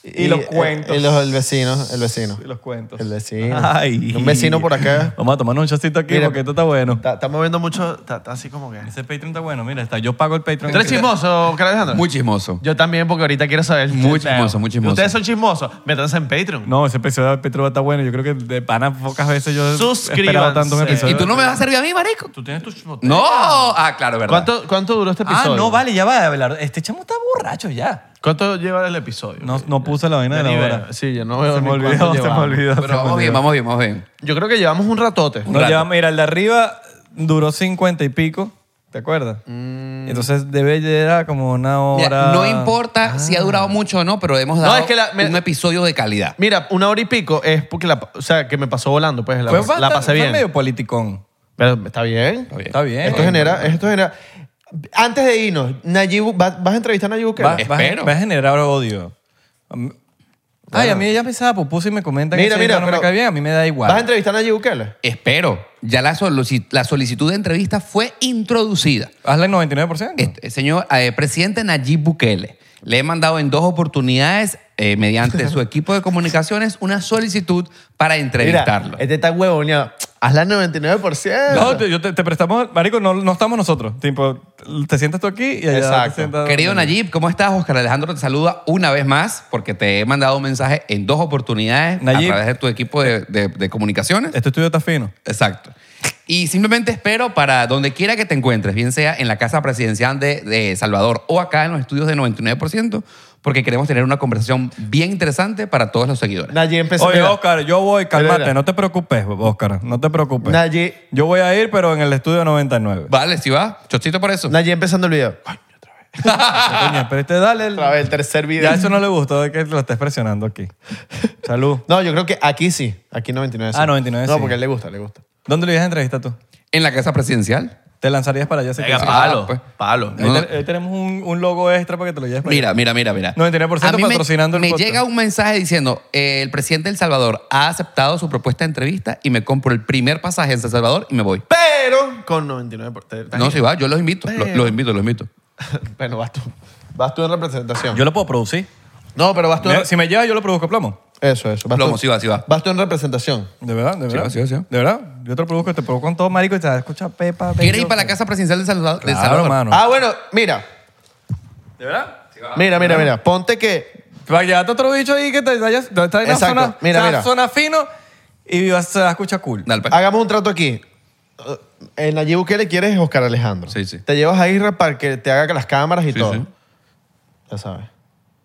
Y, los eh, cuentos. Y los, el vecino, el vecino. Y los cuentos. El vecino. Ay. Un vecino por acá. Vamos a tomarnos un chocito aquí Mira. porque esto está bueno. Está, está moviendo mucho, está, está así como que... Ese Patreon está bueno. Mira, está. Yo pago el Patreon. ¿Tú eres chismoso, Oscar Alejandro? Muy chismoso. Yo también, porque ahorita quiero saber. Muy chismoso, muy chismoso. Ustedes son chismosos. Métanse en Patreon. No, ese episodio del Patreon está bueno. Yo creo que de pana pocas veces yo he esperado tanto un Suscríbanse. episodio. ¿Y tú no me vas a servir a mí, marico? Tú tienes tu chismote. No. Ah, claro, ¿verdad? ¿Cuánto, ¿Cuánto duró este Ah, episodio? no, vale, ya va, Abelardo. Este chamo está borracho ya. ¿Cuánto lleva el episodio? No, no puse la vaina de Ya ni la veo. hora. Sí, yo no veo Se me ni cuánto olvidó, se me llevamos. olvidó. se me Pero vamos bien, olvidó. vamos bien, vamos bien. Yo creo que llevamos un ratote. Un rato. Nos lleva- mira, el de arriba duró 50 y pico, ¿te acuerdas? Mm. Entonces debe llegar como una Mira, hora. no importa si ha durado mucho o no, pero hemos No, dado es que la- me- un episodio de calidad. Mira, una hora y pico es porque la, o sea, que me pasó volando, pues la, Fue la bastante- pasé fue bien. medio politicón. Pero está bien. Está bien. Está bien. Esto genera, esto genera. Antes de irnos, Nayib, Bu- ¿vas, vas a entrevistar a Nayib Bukele? Va, va- Espero. va a generar odio. Am- Ay, a mí ya empezaba pupusa y me comentan Mira, que ese mira, no me pero- cae bien, a mí me da igual. ¿Vas a entrevistar a Nayib Bukele? Espero. Ya la, solici- la solicitud de entrevista fue introducida. Hazla en 99%. Este, el señor eh, presidente Nayib Bukele, le he mandado en dos oportunidades, eh, mediante su equipo de comunicaciones, una solicitud para entrevistarlo. Mira, este está huevoneado. Hazla al 99%. No, te, yo te, te prestamos, marico, no, no estamos nosotros. Tipo, te sientas tú aquí y allá Exacto. te sientas... Querido Nayib, ¿cómo estás? Oscar Alejandro te saluda una vez más porque te he mandado un mensaje en dos oportunidades Nayib. a través de tu equipo de, de- de comunicaciones. Este estudio está fino. Exacto. Y simplemente espero para donde quiera que te encuentres, bien sea en la Casa Presidencial de, de Salvador o acá en los estudios de 99%, porque queremos tener una conversación bien interesante para todos los seguidores. Nayib empezó. Oye, Pues, mira, Oscar, yo voy, cálmate, mira. no te preocupes, Oscar, no te preocupes. Nayib, Yo voy a ir, pero en el estudio 99. Vale, si va, chocito por eso. Nayib empezando el video. Coño, Coño, pero este dale. el- Otra vez, el tercer video. Ya eso no le gustó de que lo estés presionando aquí. Salud. No, yo creo que aquí sí. Aquí 99 sí. Ah, 99 No, sí. porque a él le gusta, le gusta. ¿Dónde lo ibas a entrevistar tú? En la Casa Presidencial. Ah, pues. ¿Te lanzarías para allá? si Venga, te- pa. palo, palo. Ahí, te- ahí tenemos un, un logo extra para que te lo lleves para allá. Mira, mira, mira, mira. 99% A mí me- patrocinando el Me, podcast. llega un mensaje diciendo, eh, el presidente de El Salvador ha aceptado su propuesta de entrevista y me compro el primer pasaje en El Salvador y me voy. Pero con 99%. No, si va, yo los invito, lo- Pero- los, invito, los invito. Bueno, vas tú. Vas tú en representación. Yo lo puedo producir. No, pero vas tú. en- Mira, si me llevas, yo lo produzco plomo. Eso, eso. Vas Plomo, tú. sí va, sí va. Vas tú en representación. De verdad, de Sí, verdad. sí, sí. De verdad. Yo te lo produzco, te produzco con todo, marico, y te escucha Pepa. ¿Quieres ir Bello, para la que- Casa Presidencial de El Salvador? de El Claro, Salvador? hermano. Ah, bueno, mira. ¿De verdad? Mira, mira, mira. Ponte que. Para que haya otro bicho ahí que te vayas. Está en la Exacto. zona, Mira, está en mira. zona fino y vas a escuchar cool. Dale, pues. Hagamos un trato aquí. Eh, En Nayib Bukele quieres Oscar Alejandro. Sí, sí. Te llevas a Isra para que te haga las cámaras y Sí, todo. sí. Ya sabes.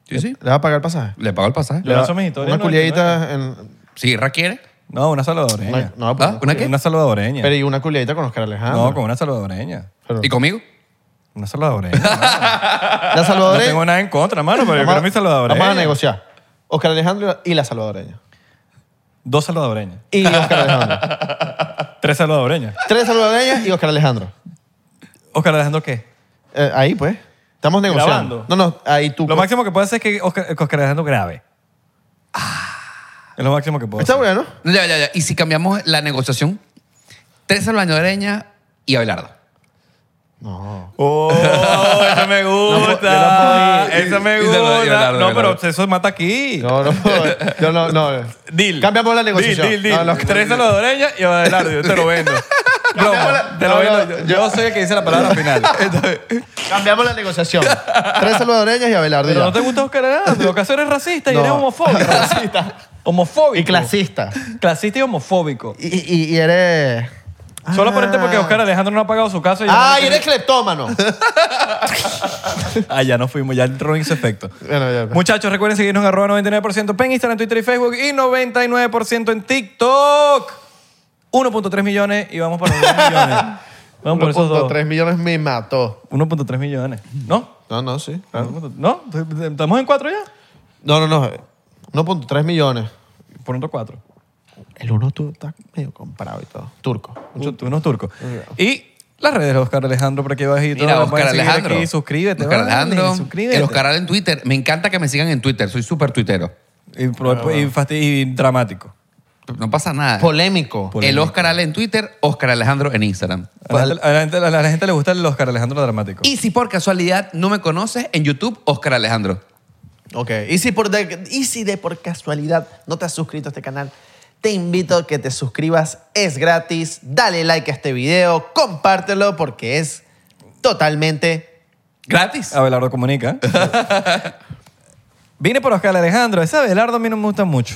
Sí, sí. ¿Le vas a pagar el pasaje? Le pago el pasaje. Yo lanzo mis historias, Una ¿no? culiadita en. Si Ra quiere. No, una salvadoreña. una- No, Ah, pues, ¿Una qué? Una salvadoreña. Pero ah, y una culiadita con Oscar Alejandro. no, con una salvadoreña. Pero- ¿Y conmigo? Una salvadoreña. mano. La no salvadoreña. tengo nada en contra, mano, pero yo Vamos a- quiero mi salvadoreña. Vamos a negociar. Oscar Alejandro y la salvadoreña. Dos salvadoreñas. Y Oscar Alejandro. Tres salvadoreñas. Tres salvadoreñas y Oscar Alejandro. Oscar Alejandro, ¿qué? Eh, ahí, pues. Estamos negociando. Grabando. No, no, ahí tú. pues. Lo máximo que puedo hacer es que Oscar, que Oscar Alejandro grabe. Es lo máximo que puedo Está hacer. bueno. No, Ya, ya, ya. ¿Y si cambiamos la negociación? Tres salvadoreñas y Abelardo. No. ¡Oh! Eso me No, gusta. yo no puedo ir. eso me Y se lo- y gusta. Abelardo, No, pero Abelardo. eso mata aquí. No, no, no, no, no. Deal. Cambiamos la negociación. Deal, deal, No, deal. no, Tres salvadoreñas y Abelardo. Yo te lo vendo. Plomo, Cambiamos te la- lo no, vendo. no, yo, yo- yo soy el que dice la palabra final. Cambiamos la negociación. Tres salvadoreñas y Abelardo. Pero ya. no te gusta Oscar Alejandro. Lo que haces eres racista y No. eres homofóbico. Racista. Homofóbico. Y clasista. Clasista y homofóbico. Y, y- y eres. Solo Ah. por este porque Oscar Alejandro no ha pagado su casa. y yo ¡Ay, no eres cleptómano! Ah, ya nos fuimos, ya entró en ese efecto. Bueno, ya, pues. Muchachos, recuerden seguirnos en arroba 99% en Instagram, Twitter y Facebook y 99% en TikTok. 1.3 millones y vamos para los 2 millones. Vamos por esos dos. 1.3 millones me mató. 1.3 millones. ¿No? No, no, sí. ¿No? ¿Estamos en 4 ya? No, no, no. 1.3 millones. Pronto 4. El uno tú estás medio comprado y todo. Turco. Muchos unos turcos. Y las redes de Oscar Alejandro por aquí bajito. Mira, Las pueden Oscar seguir Alejandro. Aquí, suscríbete. Oscar vale, Alejandro. Suscríbete. El Oscar en Twitter. Me encanta que me sigan en Twitter. Soy súper tuitero. Y, pro- y fasti- y dramático. No pasa nada. Polémico. El Oscar Ale en Twitter, Oscar Alejandro en Instagram. A la, gente, a la gente- a la gente le gusta el Oscar Alejandro dramático. Y si por casualidad no me conoces, en YouTube, Oscar Alejandro. Ok. Y si, por de, y si de por casualidad no te has suscrito a este canal, te invito a que te suscribas. Este Es gratis. Dale like a este video. Compártelo porque es totalmente... Gratis. Abelardo comunica. Vine por Oscar Alejandro. Ese Abelardo a mí no me gusta mucho.